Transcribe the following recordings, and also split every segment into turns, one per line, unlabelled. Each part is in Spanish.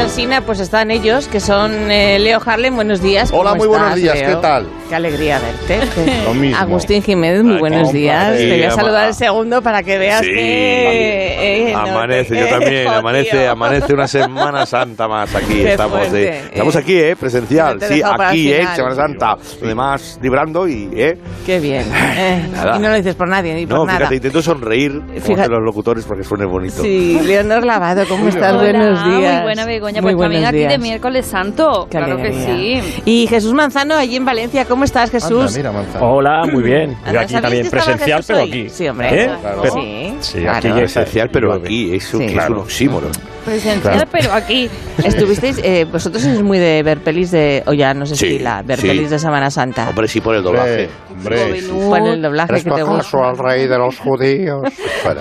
Alsina, pues están ellos, que son eh, Leo Harlem, buenos días.
Hola,
¿cómo
muy buenos
estás,
días,
Leo?
¿qué tal?
Qué alegría verte.
Lo mismo.
Agustín Jiménez, Ah, muy
Aquí,
buenos
hombre,
días. Te voy a
ama-
saludar el segundo para que veas
Sí.
que... eh, no te
amanece, yo
quejo,
también,
tío.
amanece, amanece una Semana Santa más aquí.
Qué
estamos,
fuerte,
eh,
eh.
estamos aquí, eh, presencial,
No te he
sí,
dejado para
aquí,
el
eh,
final.
Semana Santa. Además, librando y, eh.
Qué bien. eh,
Nada.
y no lo dices por nadie, ni por
No,
nada.
fíjate, intento sonreír como
Fíjate.
hacen los locutores porque suene bonito.
Sí, Leonor Lavado, ¿cómo estás?
Hola,
buenos días.
Muy buena Begoña,
Muy
pues también
buenos
aquí de
días.
miércoles santo.
Qué
claro que
alegría.
sí.
Y Jesús Manzano, allí en Valencia, ¿cómo estás, Jesús?
Anda, mira, manzana.
Hola, muy bien.
Ah,
Yo
¿no
aquí
sabías
también
que estaba
presencial,
Jesús
pero
hoy?
aquí.
Sí, hombre.
¿Eh?
claro.
Pero-
Sí,
Sí,
claro.
aquí
Ah,
ya está.
Esencial, pero
Llueve.
aquí, eso
Sí.
que es
Claro.
un oxímoron.
Presencial, pero aquí.
Estuvisteis, eh, vosotros sois muy de ver pelis de, o ya no sé
Sí,
si la, ver
sí.
pelis de Semana Santa.
Hombre, sí, por el doblaje.
Hombre, hombre.
Joven,
Con el doblaje
¿Eres
que te
tú
gusta.
acaso al rey de los judíos? Fuera.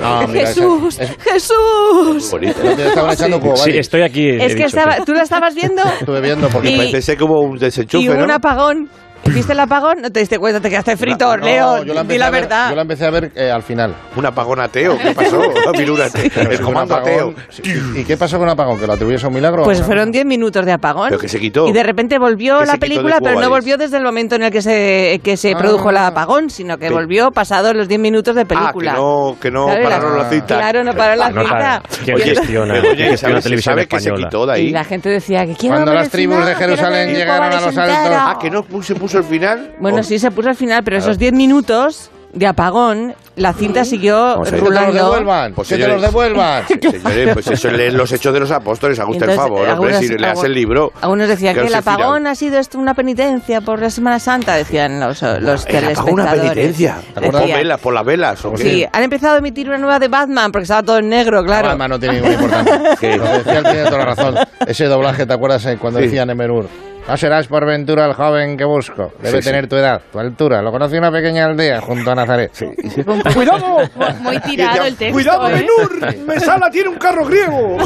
No, Ah, mira, esa-
Jesús,
es-
Jesús.
Bonito.
Te estaban echando como
Sí,
varios.
estoy aquí. he
Es que
dicho,
estaba,
sí.
tú la estabas viendo
Estuve viendo porque
Y-
parece-
Pensé como un desenchufe,
y hubo un
¿no?
apagón. ¿Viste el apagón? No te diste cuenta, te quedaste frito,
No,
Leo.
yo la
di
empecé
la
a ver-
verdad.
Yo la empecé a ver eh, al final.
Un apagón ateo. ¿Qué pasó? Vino una-
Pero si
El
fue un
comando ateo.
apagón- sí, ¿Y y qué pasó con apagón? ¿Que lo atribuyes a un milagro?
Pues fueron 10 minutos de apagón.
Pero que se quitó.
Y de repente volvió
Que se
la
quitó de
película, pero no
Cuba,
volvió desde el momento en el que se, que se
Ah.
produjo el apagón, sino que
Sí.
volvió pasados los 10 minutos de
Ah, que
película.
no, que no
¿Sabes?
pararon
La-
la cita.
Claro, no paró la
Ah, no
cita.
pararon. ¿Quién
Y entonces-
gestiona?
Begoña,
¿Quién
que
gestiona
sabe-
la televisión
sabe que se
española?
quitó de
Y
ahí.
la gente decía que quiero
Cuando
ver
las
el
tribus
final,
de
quiero ver
Jerusalén
el
llegaron
final
a los
de Sentara.
Ah, que no pu- se puso el final.
Bueno,
Oh,
sí se puso al final, pero esos 10 minutos de apagón, la cinta siguió
Vamos
¡Que
a ver.
te los
rulando.
devuelvan!
Pues
¡Que te
señores.
los devuelvan!
Señores, pues eso es leer los hechos de los apóstoles, haga usted
Entonces,
el favor, hombre,
algunos-
si le
algu-
hace el libro.
Algunos decían que
Claro,
el
se giran.
apagón ha sido esto una penitencia por la Semana Santa, decían los, eh, los
El apagón, una
telespectadores.
penitencia. O por
Decían.
velas, por las velas.
Pues
¿o
Sí,
qué?
han empezado a emitir una nueva de Batman porque estaba todo en negro, claro.
Batman no tiene ninguna importancia.
Sí.
Lo que decía él tiene toda la razón. Ese doblaje, ¿te acuerdas eh, cuando
Sí.
decían en Merur? No serás por ventura el joven que busco. Debe
Sí, sí.
tener tu edad, tu altura. Lo conocí en una pequeña aldea junto a Nazaret.
¡Cuidado!
Muy tirado el texto.
¡Cuidado,
¿eh?
Benur! ¡Mesala tiene un carro griego!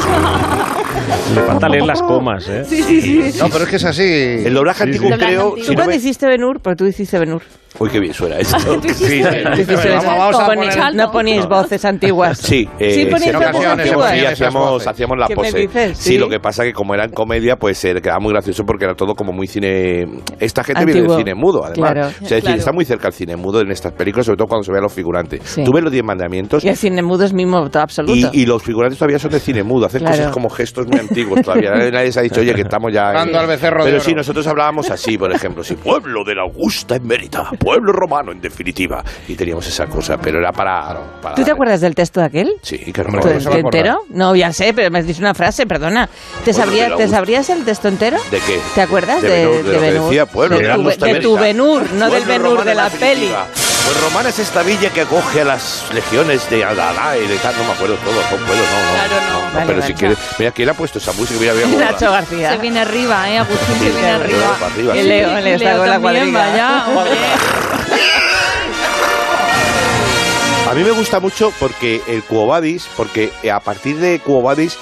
Le falta leer las comas, ¿eh?
Sí, sí, sí.
No, pero es que es así.
El doblaje antiguo,
El doblaje
creo.
antiguo.
¿Tú
Si no
cuando
me...
hiciste Benur? Porque tú hiciste Benur.
Uy, qué bien suena esto. Sí,
Tú ¿eh? hiciste
Vamos,
Ben-Hur.
vamos a
Ponéis-
poner-
No poníais voces antiguas.
Sí, eh,
sí ponéis
en
voces
ocasiones,
antiguas.
en
sí, hacíamos,
voces.
hacíamos la
¿Qué me
pose.
dices?
Sí,
Sí.
lo que pasa que como era en comedia, pues se le quedaba muy gracioso porque era todo como muy cine. Esta gente viene
Antiguo.
del cine mudo, además.
Claro.
O sea, es decir,
Claro.
está muy cerca el cine mudo en estas películas, sobre todo cuando se ve a los figurantes.
Sí.
Tú ves los Diez Mandamientos
Y el cine mudo es mimo absoluto.
Y, y los figurantes todavía son de cine mudo, hacen
Claro.
cosas como gestos muy antiguos todavía. Nadie se ha dicho, oye, que estamos ya.
Dando al becerro de
Pero
oro.
si nosotros hablábamos así, por ejemplo, si pueblo de la Augusta Emérita, pueblo romano en definitiva. Y teníamos esa cosa, pero era para. para
¿Tú te acuerdas del texto de aquel?
Sí, que
Hombre,
no me
¿Te,
¿cómo se va a
te
acuerdo.
acordar?
entero? No, ya sé, pero me has dicho una frase, perdona. ¿Te,
Bueno,
sabría-
pero
¿te
Augusto.
sabrías el texto entero?
¿De qué?
¿Te acuerdas
De
de,
Benur, de lo que
Benur?
decía, pueblo,
de,
de
tu,
Augusta
de tu
América.
Benur, no del
Pueblo
Benur
romano
de
en
la peli.
definitiva. Pues Romana es esta villa que acoge a las legiones de Adalá y de tal, no me acuerdo todo, no puedo, no, no.
Claro, no.
Vale,
pero
vale.
si quieres, mira, ¿quién le ha puesto esa música? Mira, mira, mira.
Nacho García.
Se viene arriba, ¿eh? Agustín se viene
claro,
arriba.
para arriba,
Y
sí.
Leo le está con la
también,
cuadriga.
vaya, hombre.
A mí me gusta mucho porque el Cuobadis, porque eh, a partir de Cuobadis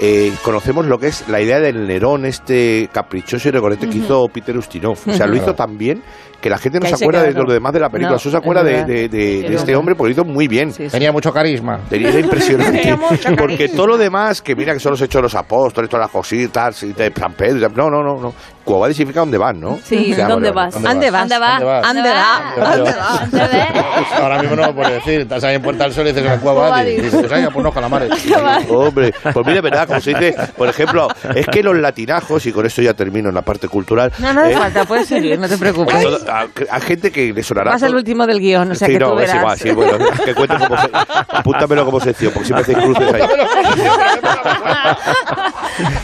eh, conocemos lo que es la idea del Nerón, este caprichoso y recorrente que hizo Peter Ustinov. O sea, lo hizo tan bien que la gente no
Que
se
ahí se
acuerda de
quedaron.
lo demás de la película.
No,
Solo se acuerda
es
de,
verdad.
de- de- de
Sí,
este
es
hombre porque lo hizo muy bien.
Sí, sí.
Tenía mucho carisma.
Tenía- Era impresionante.
Tenía mucho
Porque
carisma.
todo lo demás, que mira que solo se echó los apóstoles, todas las cositas, y de San Pedro, y tal, no, no, no, no. Cuobadis significa dónde van, ¿no?
Sí,
O sea,
¿dónde
bueno,
vas?
¿dónde
Ande vas.
¿Dónde vas?
vas?
Ande va.
¿Dónde
Ande
vas?
va.
¿Dónde vas?
Ahora mismo no lo puedo decir. Estás ahí en Puerta del Sol y dices, "Una cueva,
Cueva,
Adi".
digo.
Dices, pues venga, pues unos calamares.
Hombre, pues mira, verdad, como se dice, por ejemplo, es que los latinajos, y con esto ya termino en la parte cultural.
No, no hace
eh,
falta, puedes seguir, no te
pues
preocupes.
todo- a, a gente que le sonará.
Vas al
todo-
último del guión, o sea
sí,
que tú
no,
verás.
es igual, sí, bueno, que cuente como se, apúntamelo como sección, porque siempre hacéis cruces ahí.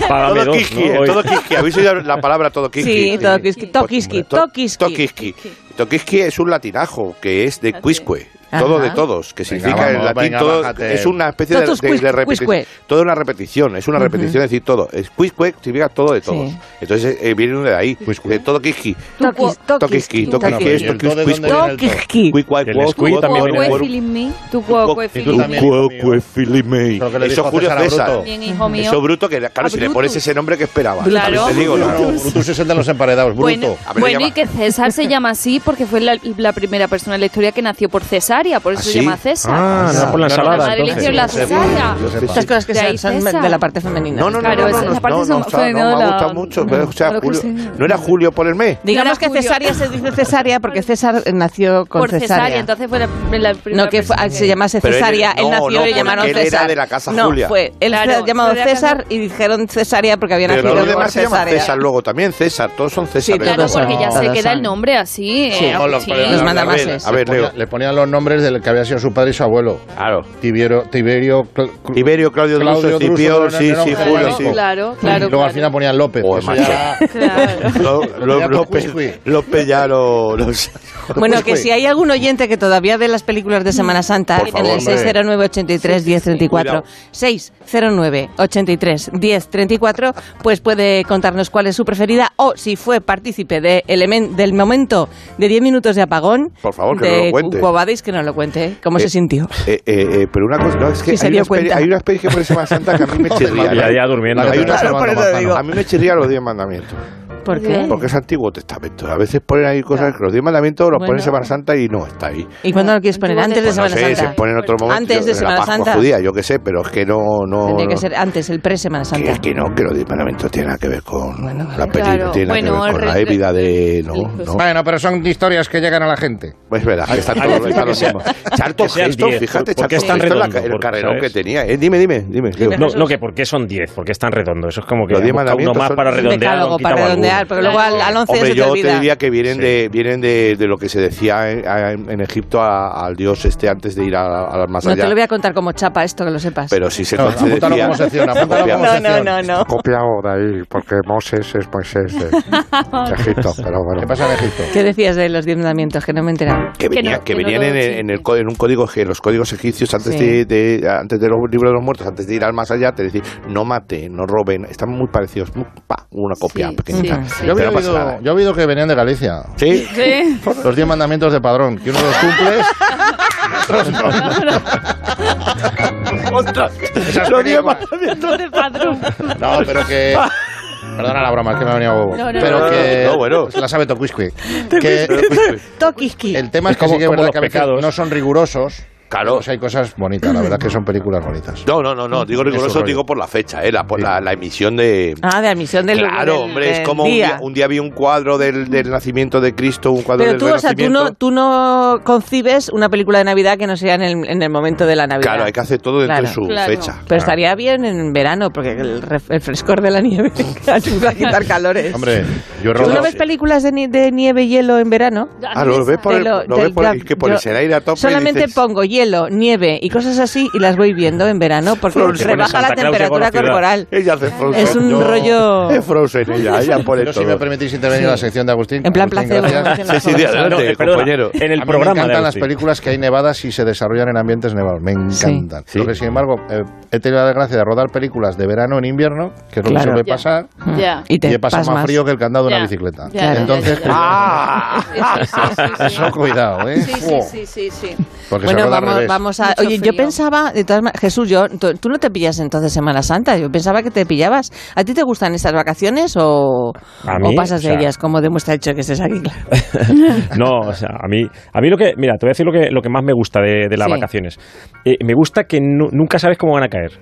Págame
Todo
dos,
kiski,
¿no? Hoy.
todo kiski, habéis oído la palabra todo kiski.
Sí, tokiski, tokiski,
To-
tokiski.
Tokiski. Tokiski es un latinajo que es de quisque.
Ajá.
Todo de todos, que significa
vamos,
en latín
venga,
todo,
bájate.
es una especie de,
Totus
de- de
quis-
repetición.
quisque.
Toda una repetición, es una repetición, es decir, todo. Es quisque significa todo de todos.
Sí.
Entonces eh, viene uno de ahí, de todo quisqui.
Tokis-
Tokiski,
Tokiski,
Bueno,
tokiski
pero ¿y el
es
todo de
tokiski.
dónde viene el todo?
Tokiski.
Qui- quai-
El
quo-
squid
quo-
también
quo-
viene
quo-
de cuero.
Cuoco feeling me. Tu cuoco
Y
tú
tu
feeling
también,
me.
hijo
cuo-
mío.
cue- filimei.
Lo que le
Eso
dijo
Julio
César a
César.
Bruto.
Bien, hijo mío.
Eso bruto que claro, si le
Brutus.
pones ese nombre que esperaba.
Claro.
Te digo, no.
Brutus Brutus es el de los emparedados,
Bueno,
bruto.
A ver,
bueno
llama-
y que César se llama así porque fue la, la primera persona en la historia que nació por César. cesárea, por eso
¿Ah,
se llama
sí?
César.
Ah, no
Claro.
por la
Claro,
la
ensalada,
madre le
entonces.
hicieron la
Yo sepa,
cesárea.
yo sepa.
Estas cosas que
De ahí
son, son
César.
de la parte femenina.
No, no, no,
Claro,
no,
esa-
no,
esa parte
no,
es
no,
un-
o sea,
fue
no
de
me ha
la-
gustado mucho.
no,
o sea,
creo que
Julio-
sí.
¿No era Julio por el mes?
No
Digamos
era
que cesárea se dice cesárea porque César nació con
Por cesárea,
cesárea.
entonces fue la, la primera
No que fue-
persona.
se llamase
Pero él-
cesárea, él,
no,
nació
no,
y le llamaron
porque él era
César.
de la casa
no,
Julia.
fue, él
Claro,
fue llamado
fue de la casa-
César y dijeron cesárea porque había
Pero
nacido
los
por
demás se llaman
cesárea.
César luego también, César, todos son César.
Sí,
Claro,
todos son,
porque ya se
todos
queda
son.
el nombre así.
Sí.
eh,
No,
lo-
sí.
pero-
Los
A
manda más.
A ver, Leo.
Le ponían los nombres del que había sido su padre y su abuelo.
Claro.
Tiberio, Tiberio, Cl- Cl-
Tiberio, Claudio, Druso,
Druso,
Escipión,
Nerón,
sí,
Nerón,
sí,
Nerón,
Julio,
Claro,
sí.
claro,
Y
claro.
luego al final ponían López.
Joder,
eso
macho.
ya-
Claro.
Lo- lo-
Ya
López,
Cuscuy.
López ya lo... lo- pues
Bueno, que si hay algún oyente que todavía ve las películas de Semana Santa,
Por
en el
favor, hombre.
609-83-1034, 609-83-1034, pues puede contarnos cuál es su preferida o si fue partícipe de elemen- del momento de 10 minutos de apagón,
Por favor, que
de
nos lo cuente.
Cucubadis, que nos lo cuente, cómo se
Eh,
sintió.
eh, eh, eh, pero una cosa, no, es que
Sí, se
hay,
dio
una exper-
cuenta.
hay una experiencia por Semana Santa que a mí me chirría.
Ya, ya durmiendo.
La
Hay una-
Claro, por eso
Manzano.
digo.
a mí me chirría los 10 mandamientos.
¿Por qué?
Porque es Antiguo Testamento. A veces ponen ahí cosas que los 10 mandamientos los ponen
Bueno.
en Semana Santa y no está ahí.
¿Y cuándo lo quieres poner? Antes de
Pues no
Semana
sé, se
Santa.
pone en otro momento.
Antes de
en la
Semana
Pascua
Santa.
judía, yo qué sé, pero es que no... no
Tendría que
no-
ser antes, el pre-Semana
Que es
Santa.
que no, que los diez mandamientos tienen nada que ver con la peli,
claro.
no tiene nada
Bueno,
que ver con la
re-
vida de... No,
Pues
no.
Bueno, pero son historias que llegan a la gente. Ah,
Pues verdad, que están
Ay,
todos
que
están los
sea-
mismos. Charto
que sean
gesto,
diez,
fíjate, Charto
porque es tan
gesto, la-
redondo,
el
porque,
carrerón
¿sabes?
que tenía. Eh, dime, dime, dime. Leo.
No, no, que porque son 10, porque es tan redondo. Eso es como que
Los diez
busca uno
mandamientos
más
son-
para redondear.
Decálogo,
han
para
quitado
redondear,
alguno.
porque luego al, al 11
Hombre,
se te
yo te
olvida.
diría que vienen,
Sí.
de, vienen de, de lo que se decía en, a- en Egipto a- al dios este antes de ir a, a más
No
allá.
te lo voy a contar como chapa esto, que lo sepas.
Pero sí se,
No,
se
apúntalo
decía...
como sección, apúntalo
Copiado.
como
no, no,
sección.
no, no.
Copiado de ahí, porque Moses es Moisés de, de Egipto. Pero bueno. ¿Qué pasa en Egipto?
¿Qué decías de los diez mandamientos? Que no me he enterado.
que,
Que
venía- que
no, que no
venían
lo
en, el-
existe.
en el co- en un código que los códigos egipcios antes
Sí.
de, de- antes de los libros de los muertos antes de ir al más allá te decían no mate no roben están muy parecidos muy- pa, una copia
Sí,
pequeñita
sí, sí.
Yo
pero
había,
no pasa
oído,
nada
yo he oído que venían de Galicia.
sí
Sí.
Los 10 mandamientos de padrón, que uno los cumples. Esas
Los diez
películas.
de patrón.
No, pero que. Perdona la broma, es que me ha venido a huevo.
No, no,
pero
no.
que.
No, bueno.
La sabe Toquisqui. Que
Tokiski.
el tema es que
Es como-
sí que es
como
verdad
los
que a veces
pecados.
no son rigurosos.
Claro.
O sea, hay cosas bonitas, la verdad que son películas bonitas.
no no no no digo riguroso
rollo.
digo por la fecha eh, la, por la, la emisión de
Ah, de admisión del
claro
del-
hombre es
del
como un
día.
día, un día vi un cuadro del, del nacimiento de Cristo un cuadro
Pero
del
tú, o sea, tú
renacimiento
no, tú no concibes una película de Navidad que no sea en el, en el momento de la Navidad.
claro hay que hacer todo dentro
Claro.
de su
Claro.
fecha
Pero estaría bien en verano, porque el, ref- el frescor de la nieve ayuda a quitar calores.
Hombre, yo he
¿Tú no
rodado.
ves películas de, ni- de nieve y hielo en verano?
Ah, lo ves por
Te
el,
lo-
lo
te-
ves por,
ya-
es que por
yo
el Serail a tope
Solamente
dices,
pongo hielo, nieve y cosas así y las voy viendo en verano porque
Flor, se pone
rebaja la
Santa Claus, llegó a
temperatura
la ciudad.
corporal.
Ella hace Frozen.
Es un
yo-
rollo-
Es Frozen ella, ella pone
Pero si me
todo.
permitís intervenir en la sección de Agustín.
En plan
Agustín,
placebo.
gracias.
Sí, sí, de adelante,
No, eh, perdona,
compañero.
En el
a mí me
programa de
encantan las
Agustín.
películas que hay nevadas y se desarrollan en ambientes nevados. Me encantan.
Sí.
Porque, sin embargo, eh, he tenido la desgracia de rodar películas de verano en invierno, que es lo que
Claro.
suele
Ya.
pasar,
Ya.
Y te
y he pasado
pasmas.
más frío que el candado de
Ya.
una bicicleta.
Ya, ya,
Entonces,
ya, ya, ya.
¡Ah!
eso cuidado, ¿eh?
Sí, sí,
Fua.
sí, sí, sí.
Porque se
Bueno,
roda al
vamos,
revés.
vamos a.
Mucho
Oye, yo
frío.
pensaba, de todas maneras, Jesús, yo, tú, tú no te pillas entonces Semana Santa, yo pensaba que te pillabas. ¿A ti te gustan estas vacaciones o,
A
o
mí,
pasas
o sea-
de ellas, como demuestra el hecho de que estés aquí? Claro.
No, o sea, a mí, a mí lo que, mira, te voy a decir lo que, lo que más me gusta de, de las
Sí.
vacaciones. Eh, me gusta que nu- nunca sabes cómo van a caer,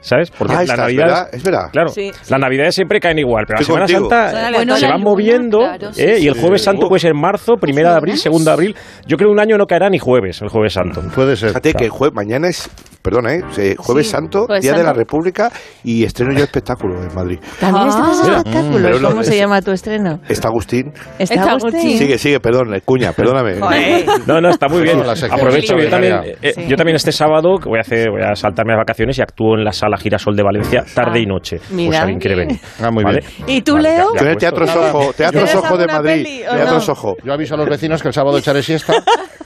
¿sabes? Porque
Ah,
las
estas,
navidades,
¿verdad? Es verdad.
claro,
Sí, sí.
las navidades siempre caen igual, pero la
Estoy
Semana
contigo.
Son
Santa eh,
aleatorias.
se van
Bueno,
la
moviendo
luna, claro, sí,
eh,
sí,
y el
sí.
Jueves Santo puede ser marzo, primera de abril, segunda de abril. Yo creo que un año no caerá ni jueves el Jueves Santo.
Mm,
Puede ser.
Fíjate que jue- mañana es, perdona, ¿eh? Se- jueves
Sí,
santo,
jueves
Día de la
santo.
República y estreno yo espectáculo en Madrid.
También estás
Mira,
en
pero
espectáculos.
no,
¿Cómo se
es-
llama tu estreno?
Está Agustín.
¿Está
Está
Agustín?
Agustín.
Sigue, sigue, perdón, eh, cuña, perdóname.
Joder.
No, no, está muy bien.
No, la sección
Aprovecho que yo también,
extraordinaria.
eh, eh,
Sí.
yo también este sábado que voy a hacer, voy a saltarme las vacaciones y actúo en la sala Girasol de Valencia tarde
Ah,
y noche. Pues
mira.
si alguien quiere venir.
Ah, muy
¿Vale?
bien.
¿Y tú,
Vale,
Leo?
ya-
Yo en el Teatro
Nada.
Sojo, Teatro
¿Tienes
Sojo de
alguna
Madrid.
peli o
Teatro
no?
Sojo.
Yo aviso a los vecinos que el sábado echaré siesta.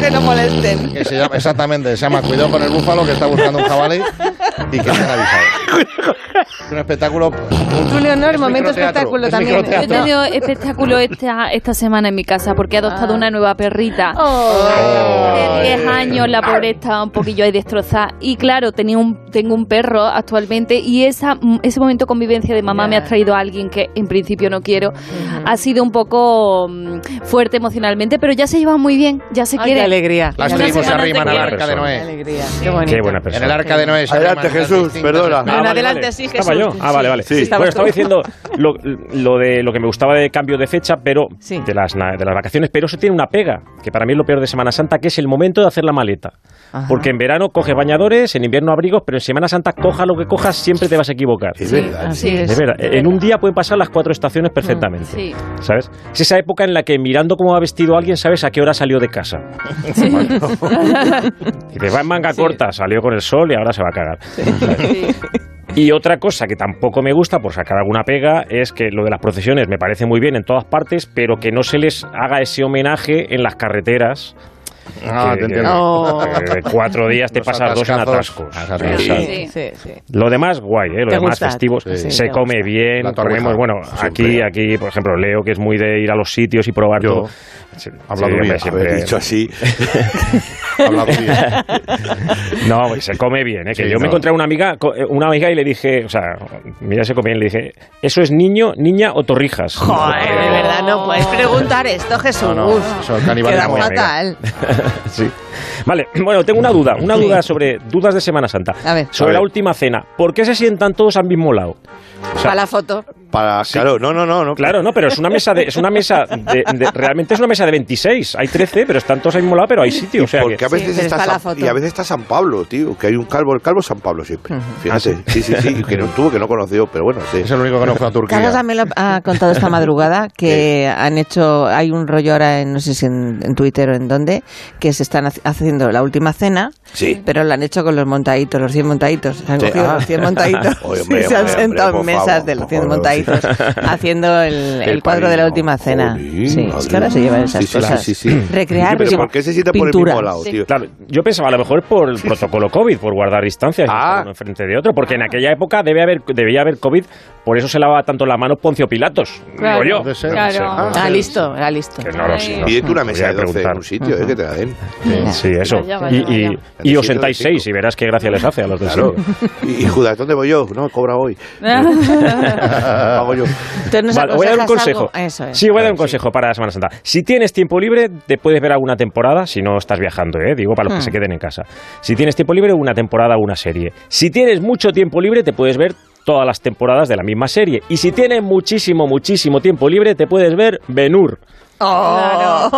que no molesten.
Que se llama, exactamente, se llama Cuidado con el búfalo que está buscando un jabalí y que se han avisado. Es un espectáculo.
Tú, Leonor,
Es
momento
microteatro,
espectáculo
es
también.
Yo he
microteatro.
tenido espectáculo esta, esta semana en mi casa porque he adoptado una nueva perrita.
Ah. Oh.
De 10 años, la pobre estaba un poquillo ahí destrozada. Y claro, tenía un tengo un perro actualmente y esa, ese momento de convivencia de mamá
Ya.
me ha traído a alguien que en principio no quiero. Ha sido un poco mm, fuerte emocionalmente, pero ya se llevan muy bien, ya se
Ay, qué
quieren.
alegría.
Las
Ya
tribus se
no sé
arriman al
cuándo te
arca de
quiero.
Qué
Noé.
alegría. Qué bonito.
Qué buena
En
persona.
el arca de Noé. se
Adelante,
arriman las
Jesús,
distintas
perdona.
especies.
Bueno, adelante, sí, Jesús.
Estaba yo. Ah, vale, vale.
Sí, estabas
Bueno, estaba diciendo
tú.
lo, lo de lo que me gustaba de cambio de fecha, pero
Sí.
de, las, na- de las vacaciones, pero eso tiene una pega, que para mí es lo peor de Semana Santa, que es el momento de hacer la maleta.
Ajá.
Porque en verano coges bañadores, en invierno abrigos, pero en Semana Santa coja lo que cojas, siempre te vas a equivocar.
Es
Sí,
verdad.
Así
sí.
es. Mm,
De verdad, en un día pueden pasar las cuatro estaciones perfectamente.
Sí.
¿Sabes? Es esa época en la que mirando cómo ha vestido alguien, sabes a qué hora salió de casa. y te va en manga
Sí.
corta, salió con el sol y ahora se va a cagar.
Sí.
Y otra cosa que tampoco me gusta, por sacar alguna pega, es que lo de las procesiones me parece muy bien en todas partes, pero que no se les haga ese homenaje en las carreteras.
Ah,
que-
te
que-
entiendo.
Oh.
que cuatro días te
Los
pasas dos en
atascazos.
atascos.
Atascazos.
Exacto.
Sí, sí, sí.
Lo demás, guay, ¿eh? Lo
Te
demás,
gusta,
festivos.
sí,
se
te
come bien,
La torrija,
comemos... Bueno, aquí,
siempre.
aquí, por ejemplo, Leo, que es muy de ir a los sitios y probar
Yo.
todo. Sí,
Habla
sí,
de mí,
hombre,
a
siempre-
Haber dicho así.
Habla tú, tío.
No, pues, se come bien, ¿eh? Que
Sí,
yo me
no.
encontré a una amiga, co- eh, una amiga y le dije... O sea, mira, se come bien. Le dije, ¿eso es niño, niña o torrijas?
Joder, de verdad, no puedes
Oh.
preguntar esto, Jesús.
No, no, eso es
Queda
canibalismo.
Quedamos-
fatal.
Sí. Vale, bueno, tengo una duda, una duda sobre dudas de Semana Santa.
A ver.
A
Sobre
ver.
la última cena. ¿Por qué se sientan todos al mismo lado? O sea,
Para la foto.
Para, Claro, no, no, no. no.
Claro, no, pero es una mesa de. Es una mesa de, de- realmente es una mesa de 26. Hay 13, pero están todos al mismo lado, pero hay sitio. O sea que-
Porque a veces
pero
está
está la
San,
foto.
y a veces está San Pablo, tío, que hay un calvo, el calvo es San Pablo siempre. Fíjate,
Ah,
sí, sí, sí, que no tuvo, que no conoció, pero bueno, sí.
Es el único que no fue a
Carlos
Turquía.
también lo ha contado esta madrugada que han hecho, hay un rollo ahora, en, no sé si en, en Twitter o en dónde, que se están haci- haciendo la última cena,
Sí.
pero la han hecho con los montaditos, los 100 montaditos. Se han
Sí,
cogido
ah.
los 100 montaditos
Oye, hombre,
y se han
hombre,
sentado
hombre,
en
por favor,
mesas de los
por
100
favor,
montaditos haciendo el, el cuadro de la última cena. sí, es que ahora se llevan esas cosas.
Sí, sí, sí.
Recrear pues,
Pero
pin-
¿por qué se sienta por el
pintura.
mismo lado,
Sí.
tío?
Claro, yo pensaba a lo mejor por el protocolo COVID, por guardar distancias y
Ah.
estar uno enfrente de otro, porque en aquella época debe haber, debía haber COVID, por eso se lavaba tanto la mano Poncio Pilatos,
Claro,
digo yo.
puede ser.
No sé,
claro.
no sé.
Ah, listo, era listo.
Que no lo sé, no sé,
Pídete una
no
mesa de 12
podría
en
preguntar.
un sitio, eh, que te la den.
Ya.
Sí, eso.
Vaya,
y,
vaya,
y-
vaya.
y os
Necesito
sentáis
de cinco.
seis y verás qué gracia les hace a los del
Claro.
sur.
Y, y Judas, ¿dónde voy yo? No, cobra hoy. Pago yo.
Entonces nos
Vale, voy a dar un
aconsejas algo-
consejo.
Eso es.
Sí, voy a dar un consejo para la Semana Santa. Si tienes tiempo libre, te puedes ver alguna temporada, si no estás viajando, ¿eh? digo, para los
Hmm.
que se queden en casa. Si tienes tiempo libre, una temporada o una serie. Si tienes mucho tiempo libre, te puedes ver todas las temporadas de la misma serie. Y si tienes muchísimo, muchísimo tiempo libre, te puedes ver Benur,
Oh.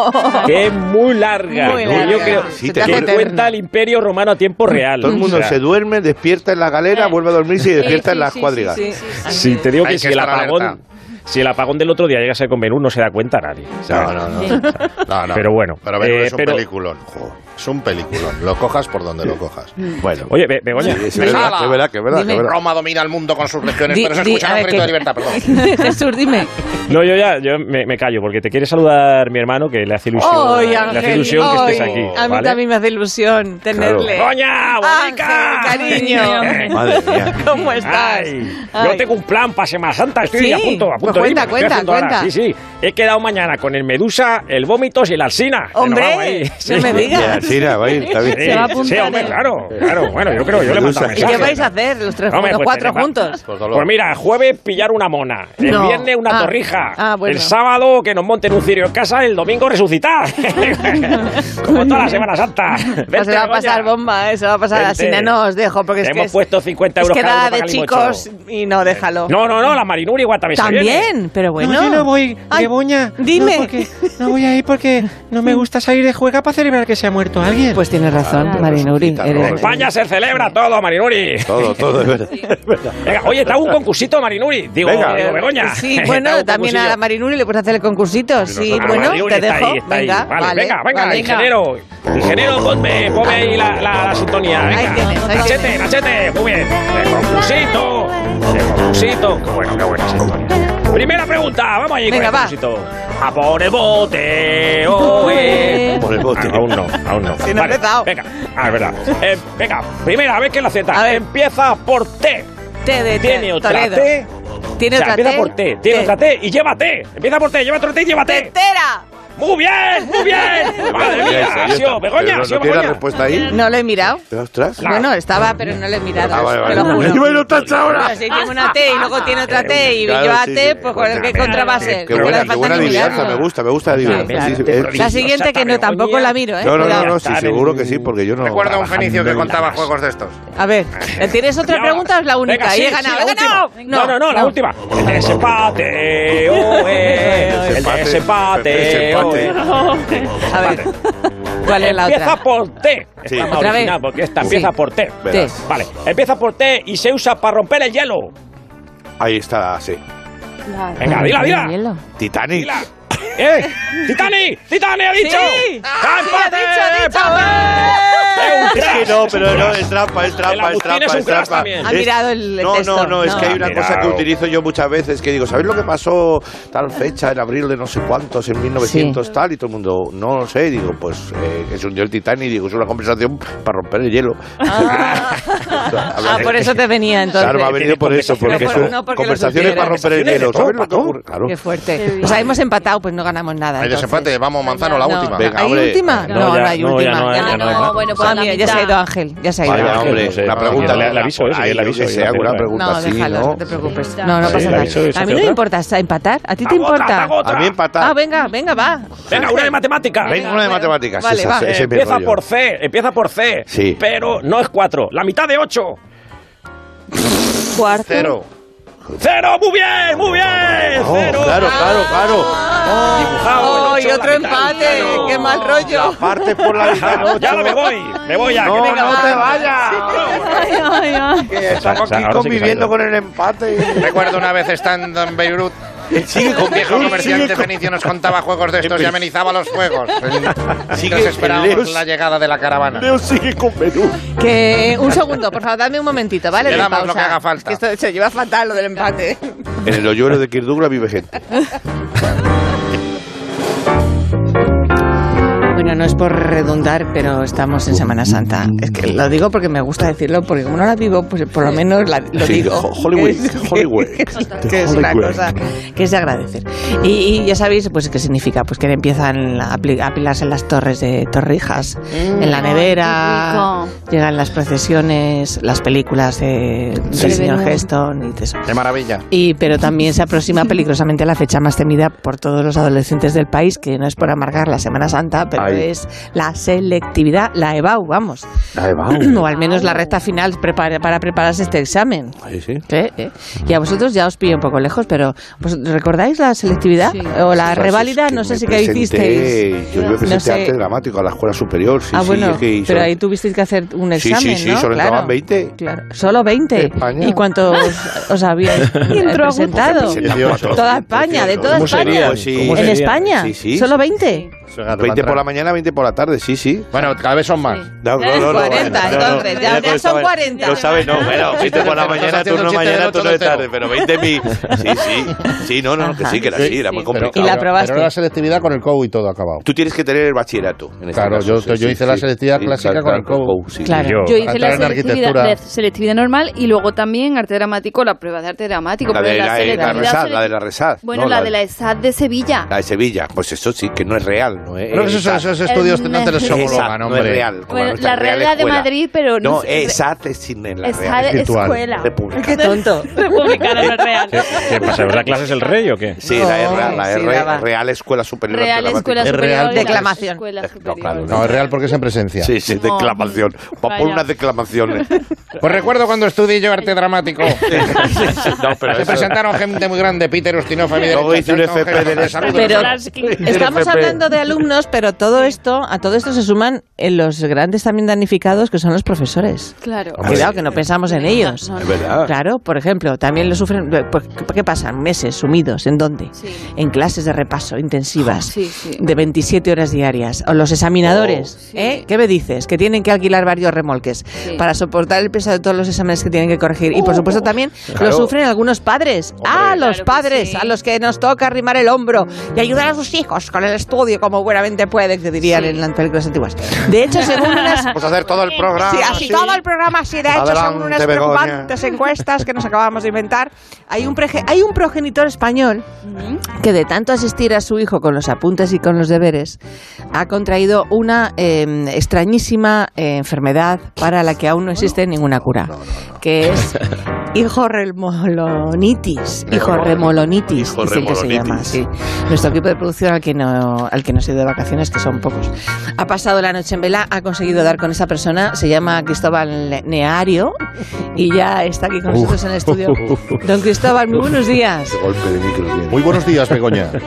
que es muy larga.
Muy
Y
larga.
Yo creo
Sí, te
Se te hace
que
eterna.
cuenta el imperio romano a tiempo real.
Todo el mundo
O sea,
se duerme, despierta en la galera,
Eh,
vuelve a dormirse y despierta en las cuadrigas.
Sí, te digo
Hay
que,
que
si el
estar
apagón...
alerta.
Si el apagón del otro día llega a ser con Benur, no se da cuenta nadie. ¿sabes?
No, no, no. No, no.
Pero bueno,
Pero Benur
eh,
es un
pero-
peliculón. jo. Es un peliculón. Lo cojas por donde lo cojas.
Bueno,
Oye, Be- Begoña,
Sí, es verdad,
Sala.
es verdad, que es verdad, que
Dime.
es verdad.
Roma domina el mundo con sus legiones,
Di-
pero se
di-
escucha
a
el
ver,
grito de
que-
libertad, perdón.
Jesús, dime.
No, yo ya, yo me, me callo porque te quiere saludar mi hermano que le hace ilusión,
Ay,
le
Ángel,
hace ilusión que
ay,
estés aquí.
A mí
¿vale?
también me hace ilusión tenerle.
¡Coña, bonica!
Ángel,
cariño.
Madre mía.
¿Cómo estás?
Ay,
Ay.
Yo tengo un plan para Semana Santa, estoy
Sí,
a punto, a punto
pues cuenta,
de irme, lo estoy
cuenta,
haciendo ahora.
cuenta.
Sí, sí, he quedado mañana con el Medusa, el Vómitos y el Alsina. Que nos vamos ahí.
Hombre,
Sí.
no
Ya,
me digas.
sí, nada, va a ir, está bien.
Sí,
Se va a
sí,
apuntar
hombre,
él.
claro, claro. Bueno, yo creo, yo le mando
Medusa.
mensaje.
¿Y qué vais a hacer los tres
Hombre,
los
pues
cuatro
tenemos-
juntos?
Pues dolor.
Pues mira, jueves pillar una mona, el
No.
viernes una
Ah.
torrija,
Ah, bueno.
el sábado que nos monten un cirio en casa, el domingo resucitar. Como toda la Semana Santa.
Pues
Vente,
se va a
Begoña.
pasar bomba, eh, se va a pasar así.
Vente.
No os dejo, porque es
Te
que
hemos
es,
puesto 50
es
euros
que
cada
da
uno
de
para Calimocho.
chicos y no, déjalo.
No, no, no, la Marinuri Guatame
También, pero bueno.
No, yo no voy,
Ay,
Begoña.
dime.
No, porque- no voy a ir porque no me gusta salir de juega para celebrar que se ha muerto alguien.
Pues tienes razón,
Claro.
Marinuri.
Resucita,
eres-
En España se celebra todo, Marinuri.
Todo, todo, es verdad.
Venga, oye, te hago un concursito, Marinuri. Digo,
Venga.
digo, Begoña.
Sí,
Te hago
bueno,
un
también a
concursillo.
la Marinuri le puedes hacer el concursito. Sí,
Ah,
bueno,
Marinuri
te
está
dejo.
ahí, está ahí.
Venga,
Vale, venga, venga,
vale.
ingeniero. Ingeniero, ponme, ponme ahí la, la, la sintonía.
Ahí
Venga.
tienes, ahí
Machete,
tienes.
machete, muy bien. El concursito, el concursito. Qué bueno, qué buena sintonía. Primera pregunta, vamos ahí
Venga,
con
va.
el concursito. A por el bote, oe.
Por el bote.
Eh, oh, Ah, aún no, aún no.
oh, eh. Si no ha empezado.
Venga, ah, es verdad. Eh, venga, primera vez que lo
A
acepta.
ver.
Empieza por T.
T de
Tiene
T-
otra
Toledo.
T.
Tiene
O sea,
otra
empieza
T.
por T, tiene otra T y llévate. Empieza por T, llévate otra T y llévate.
¡Tetera!
¡Muy bien! ¡Muy bien! ¡Madre mía!
Ahí está, ahí
¡Ha
está.
sido Begoña!
Pero
¡Ha
no,
sido
no tiene la
Begoña!
respuesta ahí.
No lo he mirado.
Ostras.
Bueno, estaba, pero no lo he mirado.
Ah, vale,
Te lo
vale.
juro.
Iba y lo tacha ahora.
Pero si tiene una T y luego tiene otra T y
Claro,
yo a
sí,
T,
sí.
pues con el que
Qué
contra va a
buena,
ser.
Qué
No
buena,
le
qué
falta
buena
ni
adivinanza,
mirarlo.
me gusta, me gusta adivinanza.
claro.
Sí, sí, eh,
La siguiente que no, tampoco la miro, ¿eh?
No, no, no,
Cuidado.
no, sí, seguro que sí, porque yo no.
Recuerdo a un fenicio que contaba
juegos.
juegos de estos.
A ver, ¿tienes otra
Venga,
pregunta o es la única?
venga, sí,
y he
sí,
ganado,
la
he ganado.
última. No, no, no, la última. El desempate. oh, eh, el
Desempate,
desempate. oh,
desempate.
eh.
A ver, ¿cuál es la
Empieza
otra?
por T.
Sí.
Esta es más
Otra
original,
vez.
porque esta
Sí.
empieza por T.
T.
Vale, empieza por T y se usa para romper el hielo.
Ahí está, sí.
Venga, dila, dila.
Titanic.
Dila. ¡Eh! ¡Titani! ¡Titani ha dicho!
Sí.
¡Empate!
Sí, ha dicho, Eh. ha dicho.
¡Empate! ¡Es un
Es
crack,
que no,
es un
pero no,
crack!
es trampa, es
El
trampa, es
Agustín es
trampa,
un
es
crack
trampa.
también.
Ha
Es-
mirado el
no,
texto,
no, no, es
no.
que hay una cosa que
Mirado.
utilizo yo muchas veces que digo, ¿sabéis lo que pasó tal fecha en abril de no sé cuántos, en 1900 tal? Y todo el mundo, no lo sé, digo, pues eh, que se hundió el Titanic, digo, es una conversación para romper el hielo.
Ah, Ah, por eso te venía entonces.
Claro, me ha venido por eso, porque
No, por-
son
no, porque lo
conversaciones para romper el
supieron.
hielo, ¿sabes lo que
Conversaciones de todo,
ocurre? Claro.
Qué fuerte. O sea, hemos empatado, pues no ganamos nada.
Hay
entonces.
desempate, vamos, Manzano, la
No,
última.
Venga,
¿Hay
hombre.
última?
No,
No, no,
ya-
hay
no, ya
última.
no hay,
ya
ya no hay.
no, bueno, pues
Ah,
la
mira, ya se ha
mitad.
ido Ángel, ya se ha ido.
Vaya,
Ángel,
hombre,
no sé,
una
no,
pregunta,
no,
le
le aviso, eso, yo le aviso,
que
yo
sea
le
una
aviso.
pregunta
No,
así,
déjalo,
¿no?
no te preocupes. No, no
Sí,
pasa
le
nada.
aviso, eso,
A mí no me
¿verdad?
importa hasta empatar. ¿A ti te
Otra,
importa?
otra, otra.
A mí empatar.
Ah, venga, venga, va.
Venga, una de matemáticas.
Venga, una de
bueno,
matemáticas.
vale,
esa,
va.
ese es mi
empieza
rollo.
por C, empieza por C.
Sí.
Pero no es 4, la mitad de 8.
Cuarto.
Cero.
¡Cero! ¡Muy bien! ¡Muy bien!
Oh,
¡Cero!
claro, claro, claro.
Dibujado, el
¡Ay,
ocho,
Ah. Oh, otro
la mitad,
empate!
claro.
¡Qué mal rollo!
Parte por la
Ah,
mitad.
Ya no me voy, me voy ya.
No,
que
Eh,
venga,
no
va.
te vayas.
Ay, ay, ay.
Que
O
Estamos
sea,
aquí
ahora sí que se ha
conviviendo
ido.
con el empate.
Recuerdo una vez estando en Beirut,
Sigue
un viejo
Beirut,
comerciante
sigue con-
fenicio nos contaba juegos de estos y amenizaba los juegos. Entonces esperábamos
Leos-
la llegada de la caravana.
Leo sigue con Perú.
Que un segundo, por favor, dame un momentito, ¿vale?
Le
De
damos lo
pausa.
que haga falta.
Es que esto se lleva fatal lo del empate.
En el hoyuelo de Kirdugla vive gente.
Bueno, no es por redundar, pero estamos en Semana Santa. Es que lo digo porque me gusta decirlo, porque como no la vivo, pues por lo menos la- lo
Sí,
digo.
Ho- Hollywood, Hollywood.
Que, es- que es una
Hollywood.
cosa que es de agradecer. Y, y ya sabéis, pues, qué significa. Pues que empiezan a apli- a apilarse las torres de torrijas en la
Mm, Ay,
nevera,
qué rico.
llegan las procesiones, las películas de, del
Sí.
señor
Prevenudo.
Heston y todo eso.
¡Qué maravilla!
Y, pero también se aproxima peligrosamente la fecha más temida por todos los adolescentes del país, que no es por amargar la Semana Santa, pero
Ay.
es la selectividad, la E EBAU, vamos.
Ahí va.
O al menos la recta final prepara- para prepararse este examen.
Ahí sí.
¿Eh? ¿Eh? Y a vosotros ya os pillo un poco lejos, pero ¿vos recordáis la selectividad
Sí.
o
Ostras,
la
es
reválida?
que
No sé
me
si qué hicisteis.
presenté- Yo me presenté
sé.
arte dramático a la escuela superior. Sí,
ah,
sí,
bueno,
es que- y
pero
sobre-
ahí tuvisteis que hacer un
Sí, sí,
examen,
sí,
¿no?
solo entraban 20.
Claro, solo 20.
España.
¿Y cuántos os habíais eh, presentado?
Presentaba cuatro.
Toda España, de toda
¿Cómo sería?
España.
Sí.
¿Cómo
¿En
sería?
España?
Sí, sí.
¿Solo 20?
20 por la mañana, 20 por la tarde, sí, sí.
Bueno, cada vez son más.
No, no, no, no, no,
40,
no,
entonces, ya-
mira
ya
cómo
son
estaba-
40.
Lo sabes, no, bueno, 20 por la
Estás
mañana,
haciendo un
turno
chiste del
mañana,
ocho
turno
de
de tarde,
cero.
pero 20 mi. Sí, sí, sí, no, no, no, que sí, que era así, era muy complicado.
¿Y la probaste?
Pero era la selectividad con el COU y todo acabado.
Tú tienes que tener el bachillerato. en este
Claro,
caso,
yo-
sí,
yo
sí,
hice
sí,
la
sí.
selectividad
Sí,
clásica
claro,
con el COU.
COU, sí,
Claro.
sí.
Yo.
Yo hice la
Entrar en
selectividad,
arquitectura.
la selectividad normal y luego también arte dramático, la prueba de arte dramático.
La
pero
de la, eh, la
selectividad
Resad,
sele-
la de la Resad.
Bueno,
¿no?
la, de la ESAD de Sevilla.
la de Sevilla, pues eso sí, que no es real, ¿no? es
No, esos,
Exacto.
esos estudios
El-
no te los
Exacto,
homologan,
no es
hombre.
real. como
Bueno,
nuestra
la Real es la de
escuela.
Madrid, pero no
No,
es-
ESAD es sin la
ESAD
Real.
es
es virtual.
escuela.
República.
Qué tonto.
Republicana no es real.
¿Qué pasa? ¿La clase es el rey o qué?
Sí, la,
No,
R, la
sí,
R,
daba.
Real Escuela Superior de
Real
Dramática.
Escuela
Es
Superior.
real
la
declamación.
Escuela
No,
Superior.
claro,
No, es real porque es en presencia.
Sí, sí,
No,
declamación. Va
vaya.
por unas declamaciones.
Pues recuerdo cuando estudié yo arte dramático.
no, pero
Se
eso-
presentaron gente muy grande, Peter Ustinov, mi
Luego
derecha,
hice un
Chano,
FP de
Gerardo
esa-
Saludo.
Pero
Polanski.
estamos
FP.
hablando de alumnos, pero todo esto, a todo esto se suman eh, los grandes también damnificados que son los profesores.
Claro.
Hombre.
Cuidado, que no pensamos en ellos.
eh, No, no,
Es verdad.
Claro, por ejemplo, también lo sufren. ¿por ¿Qué qué pasan? Meses sumidos. ¿En dónde?
Sí.
En clases de repaso intensivas
Sí, sí.
de 27 horas diarias. O los examinadores.
Oh.
¿eh?
Sí.
¿Qué me dices? Que tienen que alquilar varios remolques
Sí. Uh.
para soportar el peso de todos los exámenes que tienen que corregir. Y por supuesto también lo
Claro.
sufren algunos padres. ¡Ah,
Claro
los
que
padres!
sí.
A los que nos toca arrimar el hombro y ayudar a sus hijos con el estudio, con como buenamente puede, que dirían en las películas antiguas. De hecho, según unas...
Vamos a hacer todo el programa.
Sí, así todo el programa así de hecho son
Adelante,
unas
Begoña.
preocupantes encuestas que nos acabamos de inventar. Hay un, prege- hay un progenitor español que de tanto asistir a su hijo con los apuntes y con los deberes ha contraído una eh, extrañísima eh, enfermedad para la que aún no existe ninguna cura, que es hijo remolonitis, hijo remolonitis,
Hijo
dicen que se
remolonitis.
llama, sí. Nuestro equipo de producción al que no al que no se ha ido de vacaciones, que son pocos. Ha pasado la noche en vela, ha conseguido dar con esa persona, se llama Cristóbal Neario y ya está aquí con nosotros en el estudio. Don Cristóbal, muy buenos días.
Qué golpe de micro tiene.
Muy buenos días, Begoña.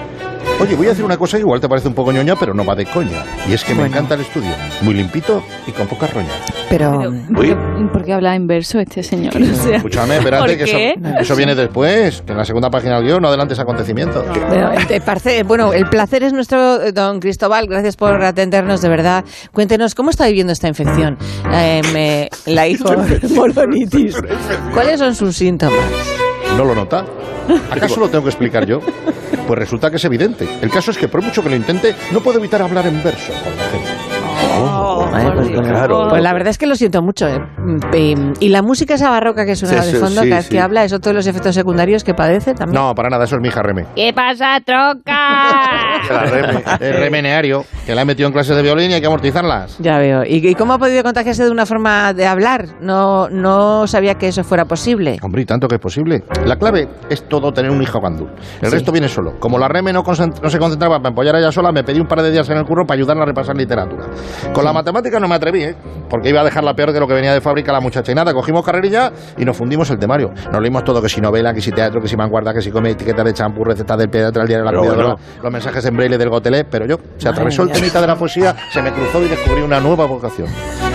Oye, voy a hacer una cosa que igual te parece un poco ñoña, pero no va de coña. Y es que me
Bueno.
encanta el estudio. Muy limpito y con poca roña.
Pero
Uy.
¿Por qué habla en verso este señor? O sea,
Escúchame, espérate,
¿Por
que
qué?
eso, eso viene después, que en la segunda página del guión no adelantes acontecimientos.
Bueno, eh, te parece- bueno, el placer es nuestro, eh, don Cristóbal. Gracias por atendernos, de verdad. Cuéntenos, ¿cómo está viviendo esta infección? Eh, me- la hijo moronitis. ¿Cuáles son sus síntomas?
¿No lo nota? ¿Acaso lo tengo que explicar yo? Pues resulta que es evidente. El caso es que por mucho que lo intente, no puedo evitar hablar en verso con la gente.
Vale, pues,
Dios.
pues,
Claro.
pues la verdad es que lo siento mucho. eh. Y, y la música esa barroca que suena
Sí,
de
sí,
fondo
sí,
cada vez que
sí.
habla es otro de los efectos secundarios que padece también.
No, para nada, eso es mi hija Reme.
¿Qué pasa, troca?
Que la reme.
El remeneario, que la he metido en clases de violín y hay que amortizarlas.
Ya veo. ¿Y, y cómo ha podido contagiarse de una forma de hablar? No, no sabía que eso fuera posible.
Hombre, y tanto que es posible. La clave es todo tener un hijo gandul. El
Sí.
resto viene solo. Como la Reme no, concent- no se concentraba para apoyar a ella sola, me pedí un par de días en el curro para ayudarla a repasar literatura. Con la matemática no me atreví, ¿eh? porque iba a dejarla peor de lo que venía de fábrica la muchacha. Y nada, cogimos carrerilla y nos fundimos el temario. Nos leímos todo, que si novela, que si teatro, que si vanguardia, que si come etiqueta de champú, recetas del pediatra, el diario de la
Pero
cuidadora,
bueno.
los mensajes en braille del gotelé, pero yo se atravesó el
mía.
temita de la poesía, se me cruzó y descubrí una nueva vocación.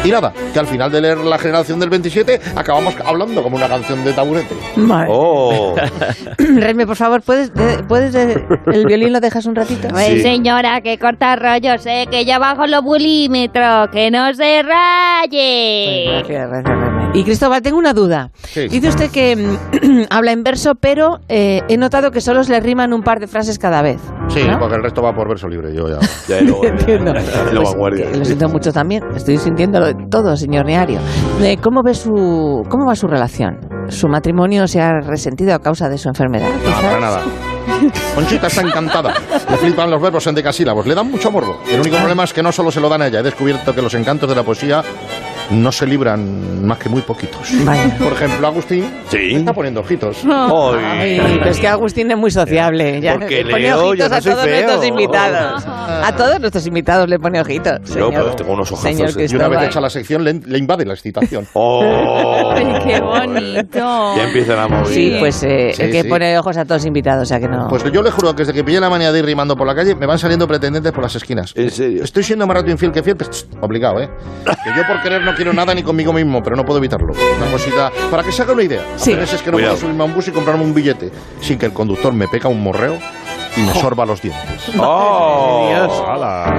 Y nada, que al final de leer La generación del 27 acabamos hablando como una canción de taburete.
Madre.
Oh,
Renme, por favor, ¿puedes, de- ¿puedes de- el violín lo dejas un ratito?
Pues
Sí.
señora, que corta rollos, eh, que ya bajo los bulímetros, que no se raye.
Gracias, gracias, Renme. Y Cristóbal, tengo una duda.
Sí.
Dice usted que mm, habla en verso, pero eh, he notado que solo le riman un par de frases cada vez.
Sí,
¿no?
porque el resto va por verso libre, yo ya.
ya de luego.
Entiendo.
Lo
Pues,
vanguardia.
que lo siento mucho también. Estoy sintiéndolo todo, señor Neario. Eh, ¿Cómo ve su, cómo va su relación? ¿Su matrimonio se ha resentido a causa de su enfermedad?
No,
quizás?
Ah, para nada. Conchita está encantada. Le flipan los verbos en decasílabos. Le dan mucho morbo. El único problema es que no solo se lo dan a ella. He descubierto que los encantos de la poesía no se libran más que muy poquitos.
Vaya.
Por ejemplo, Agustín
Sí.
me está poniendo ojitos.
Ay.
Ay, pero es que Agustín es muy sociable. Ya
Porque
le pone
leo,
ojitos
yo no
a
soy
todos
feo.
nuestros invitados. A todos nuestros invitados le pone ojitos.
Yo,
Señor,
pero tengo unos ojazos,
señor
Y
eh.
una
Cristóbal.
vez hecha la sección, le, le invade la excitación.
Oh. Ya empieza la movida.
Sí, pues eh,
Sí,
el que
sí.
pone ojos a todos invitados, o sea que no.
Pues yo le juro que desde que pillé la manía de ir rimando por la calle, me van saliendo pretendientes por las esquinas.
En serio.
Estoy siendo más rato infiel que fiel, pero, tss, obligado, ¿eh? Que yo por querer no quiero nada ni conmigo mismo, pero no puedo evitarlo. Una cosita, para que se haga una idea.
Sí.
A veces es que no
Cuidado.
puedo subirme a un bus y comprarme un billete sin que el conductor me peca un morreo y me sorba los dientes.
Oh.
Pues nada.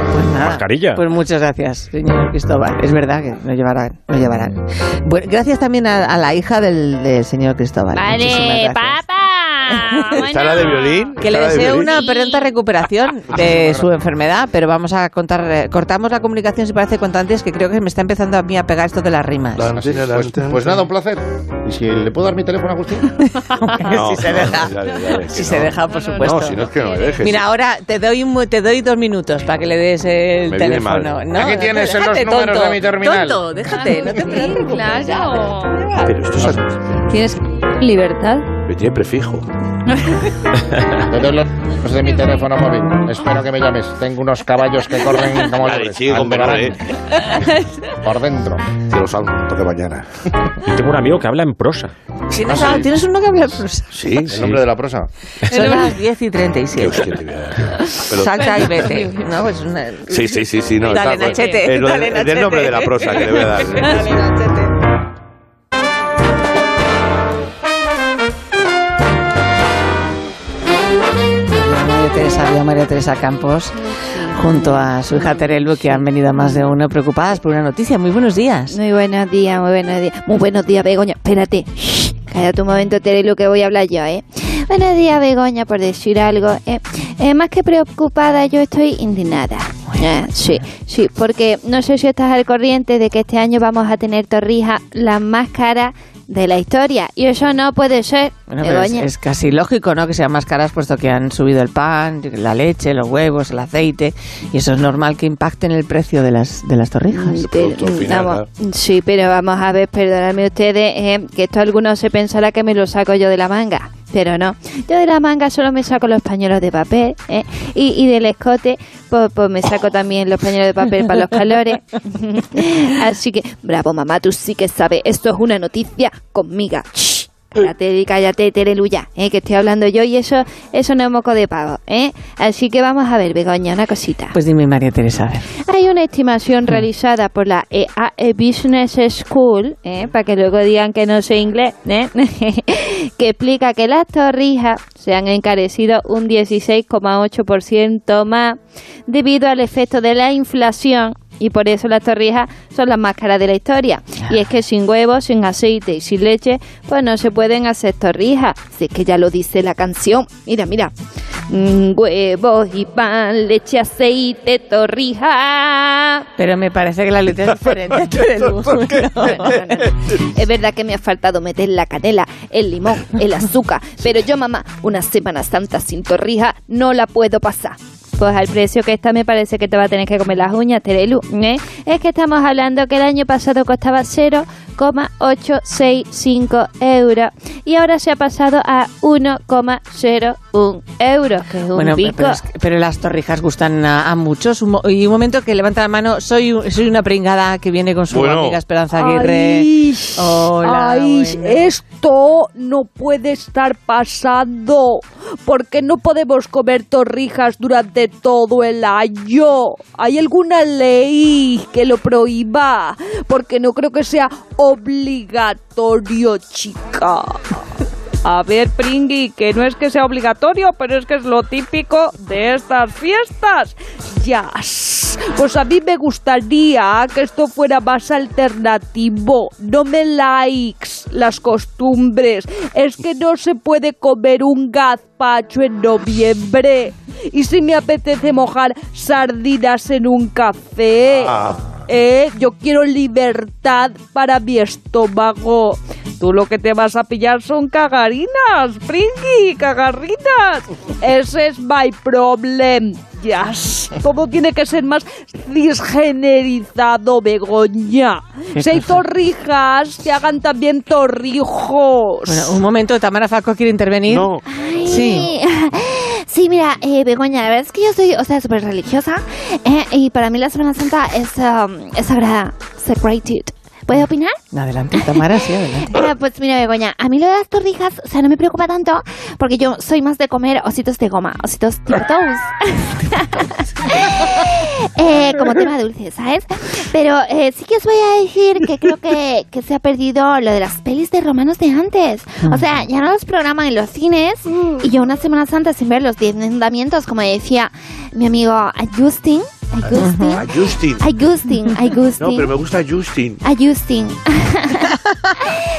Mascarilla.
Pues muchas gracias, señor Cristóbal. Es verdad que nos llevarán. Nos llevarán. Bueno, gracias también a, a la hija del, del señor Cristóbal.
Vale,
Muchísimas gracias.
papá.
¿Está la de violín?
Que le
¿Está la de
deseo
violín?
una
Sí.
pronta recuperación de
em-
su enfermedad, pero vamos a contar, eh, cortamos la comunicación si parece cuanto antes, que creo que me está empezando a mí a pegar esto de las rimas.
Así es. Pues, pues nada, un placer. ¿Y si le puedo dar mi teléfono a Agustín?
No,
si se
no,
deja,
dale, dale,
si
que
se
no.
deja, por
No, no,
supuesto.
No, si no es que no me dejes.
Mira, ahora te doy un, mu- te doy dos minutos para que le des el
Me viene
teléfono.
mal.
No,
Aquí
no,
tienes
déjate,
los números
tonto,
de mi terminal.
Tonto, déjate, no te preocupes.
claro.
Pero esto es.
¿Tienes libertad?
Me tiene prefijo.
Le doy los números de mi teléfono móvil. Espero que me llames. Tengo unos caballos que corren como
Vale,
leones.
sigue con Bernal,
Aldebarán. Por dentro.
Te lo salgo, toque mañana.
Yo tengo un amigo que habla en prosa.
¿Tienes, algo- tienes uno que habla ruso?
Ah, Sí,
El nombre de la prosa.
Son las 10 y
Qué
37.
hostia te voy a dar, tío. Pero-
Salta y vete. No, es una...
Sí, sí, sí, sí. No,
Dale,
está-
Nachete,
eh, lo de-
dale,
Del
Nachete.
nombre de la prosa que le voy a dar. ¿eh?
Dale, Nachete. La María Teresa, la María Teresa Campos, junto a su hija Terelu, que han venido más de uno preocupadas por una noticia. Muy buenos días.
Muy buenos días, muy buenos días. Muy buenos días, Begoña. Espérate. Shh, Cállate un momento, Terelu, que voy a hablar yo, ¿eh? Buenos días, Begoña, por decir algo. Eh, eh, más que preocupada, yo estoy indignada. Eh, sí, sí, porque no sé si estás al corriente de que este año vamos a tener Torrija la más cara de la historia. Y eso no puede ser,
Bueno, pero es,
Begoña.
es casi lógico, ¿no? Que sean más caras puesto que han subido el pan, la leche, los huevos, el aceite. Y eso es normal que impacten el precio de las, de las torrijas.
Mm, pero,
producto final,
vamos, sí, pero vamos a ver, perdonadme ustedes, eh, que esto algunos se pensará que me lo saco yo de la manga, pero no. Yo de la manga solo me saco los pañuelos de papel eh, y, y del escote, pues, pues me saco también los pañuelos de papel para los calores. Así que, bravo mamá, tú sí que sabes, esto es una noticia conmigo. Shh, Cállate, cállate, Tereluya, eh, que estoy hablando yo y eso, eso no es moco de pavo. eh. Así que vamos a ver, Begoña, una cosita.
Pues dime, María Teresa. a ver.
Hay una estimación realizada por la EAE Business School, ¿eh? para que luego digan que no sé inglés, ¿eh? que explica que las torrijas se han encarecido un 16,8% más debido al efecto de la inflación. Y por eso las torrijas son las más caras de la historia. Y es que sin huevos, sin aceite y sin leche, pues no se pueden hacer torrijas. Si es que ya lo dice la canción. Mira, mira. Mm, huevos y pan, leche, aceite, torrija.
Pero me parece que la letra es diferente. Terelu.
Bueno, no, no, no. Es verdad que me ha faltado meter la canela, el limón, el azúcar, pero yo, mamá, una Semana Santa sin torrija no la puedo pasar. Pues al precio que está me parece que te va a tener que comer las uñas, Terelu. ¿eh? Es que estamos hablando que el año pasado costaba 0,865 euros y ahora se ha pasado a 1,01 euros, que es un
Bueno,
pico.
pero, es que- pero las torrijas gustan a, a muchos. Un mo- y un momento que levanta la mano, soy, un- soy una pringada que viene con su
Bueno.
amiga Esperanza Aguirre.
Ay,
Hola,
ay,
buenas.
esto no puede estar pasando, porque no podemos comer torrijas durante todo el año. ¿Hay alguna ley que lo prohíba? Porque no creo que sea obligatorio, chica.
A ver, Pringui, que no es que sea obligatorio, pero es que es lo típico de este estas fiestas.
Jazz. Pues a mí me gustaría que esto fuera más alternativo. No me likes las costumbres. Es que no se puede comer un gazpacho en noviembre. Y si me apetece mojar sardinas en un café.
Ah,
Ah,
Eh, yo quiero libertad para mi estómago.
Tú lo que te vas a pillar son cagarinas, Pringui, cagarrinas.
Ese es my problem. Yes. Todo tiene que ser más cisgenerizado, Begoña. Si hay torrijas, que hagan también torrijos.
Bueno, un momento, Tamara Falco quiere intervenir.
pues No,
Ay,
Sí.
Sí, mira, eh, Begoña, la verdad es que yo soy, o sea, súper religiosa eh, y para mí la Semana Santa es, um, es sagrada, sacrated. ¿Puedes opinar?
Adelante, Tamara, sí, adelante.
Ah, pues mira, Begoña, a mí lo de las torrijas, o sea, no me preocupa tanto porque yo soy más de comer ositos de goma, ositos tipo toast. Eh, como tema dulce, ¿sabes? Pero eh, sí que os voy a decir que creo que, que se ha perdido lo de las pelis de romanos de antes. O sea, ya no los programan en los cines y yo una Semana Santa sin ver los 10 mandamientos, como decía mi amigo Agustín. Agustín.
a Ah, Justin.
Agustín, Agustín.
No, pero me gusta Justin.
A Justin.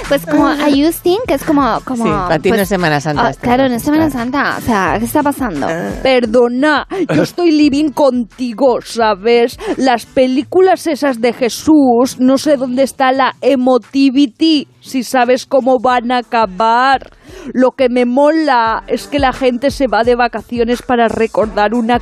pues como a Justin, que es como... como
Sí, para ti
pues-
no es Semana Santa.
Ah,
esta
claro, no
noche,
es Semana
claro. Ah.
Santa. O sea, ¿qué está pasando?
Perdona, yo estoy living contigo, ¿sabes? Las películas esas de Jesús, no sé dónde está la emotivity, si sabes cómo van a acabar. Lo que me mola es que la gente se va de vacaciones para recordar una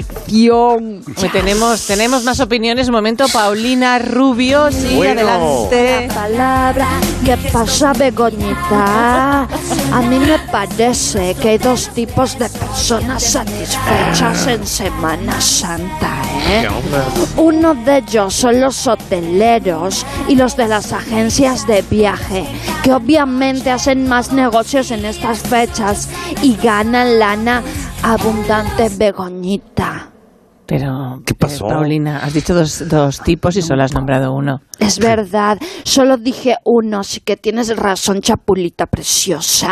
crucifixión.
Pues Tenemos, tenemos más opiniones. Un momento, Paulina Rubio, sí,
Bueno.
adelante.
palabra. ¿Qué pasa, Begoñita? A mí me parece que hay dos tipos de personas satisfechas en Semana Santa, ¿eh? Uno de ellos son los hoteleros y los de las agencias de viaje, que obviamente hacen más negocios en estas fechas y ganan lana abundante, Begoñita.
Pero,
¿Qué
eh,
pasó?
Paulina, has dicho dos, dos tipos y solo has nombrado uno.
Es verdad, solo dije uno, así que tienes razón, chapulita preciosa.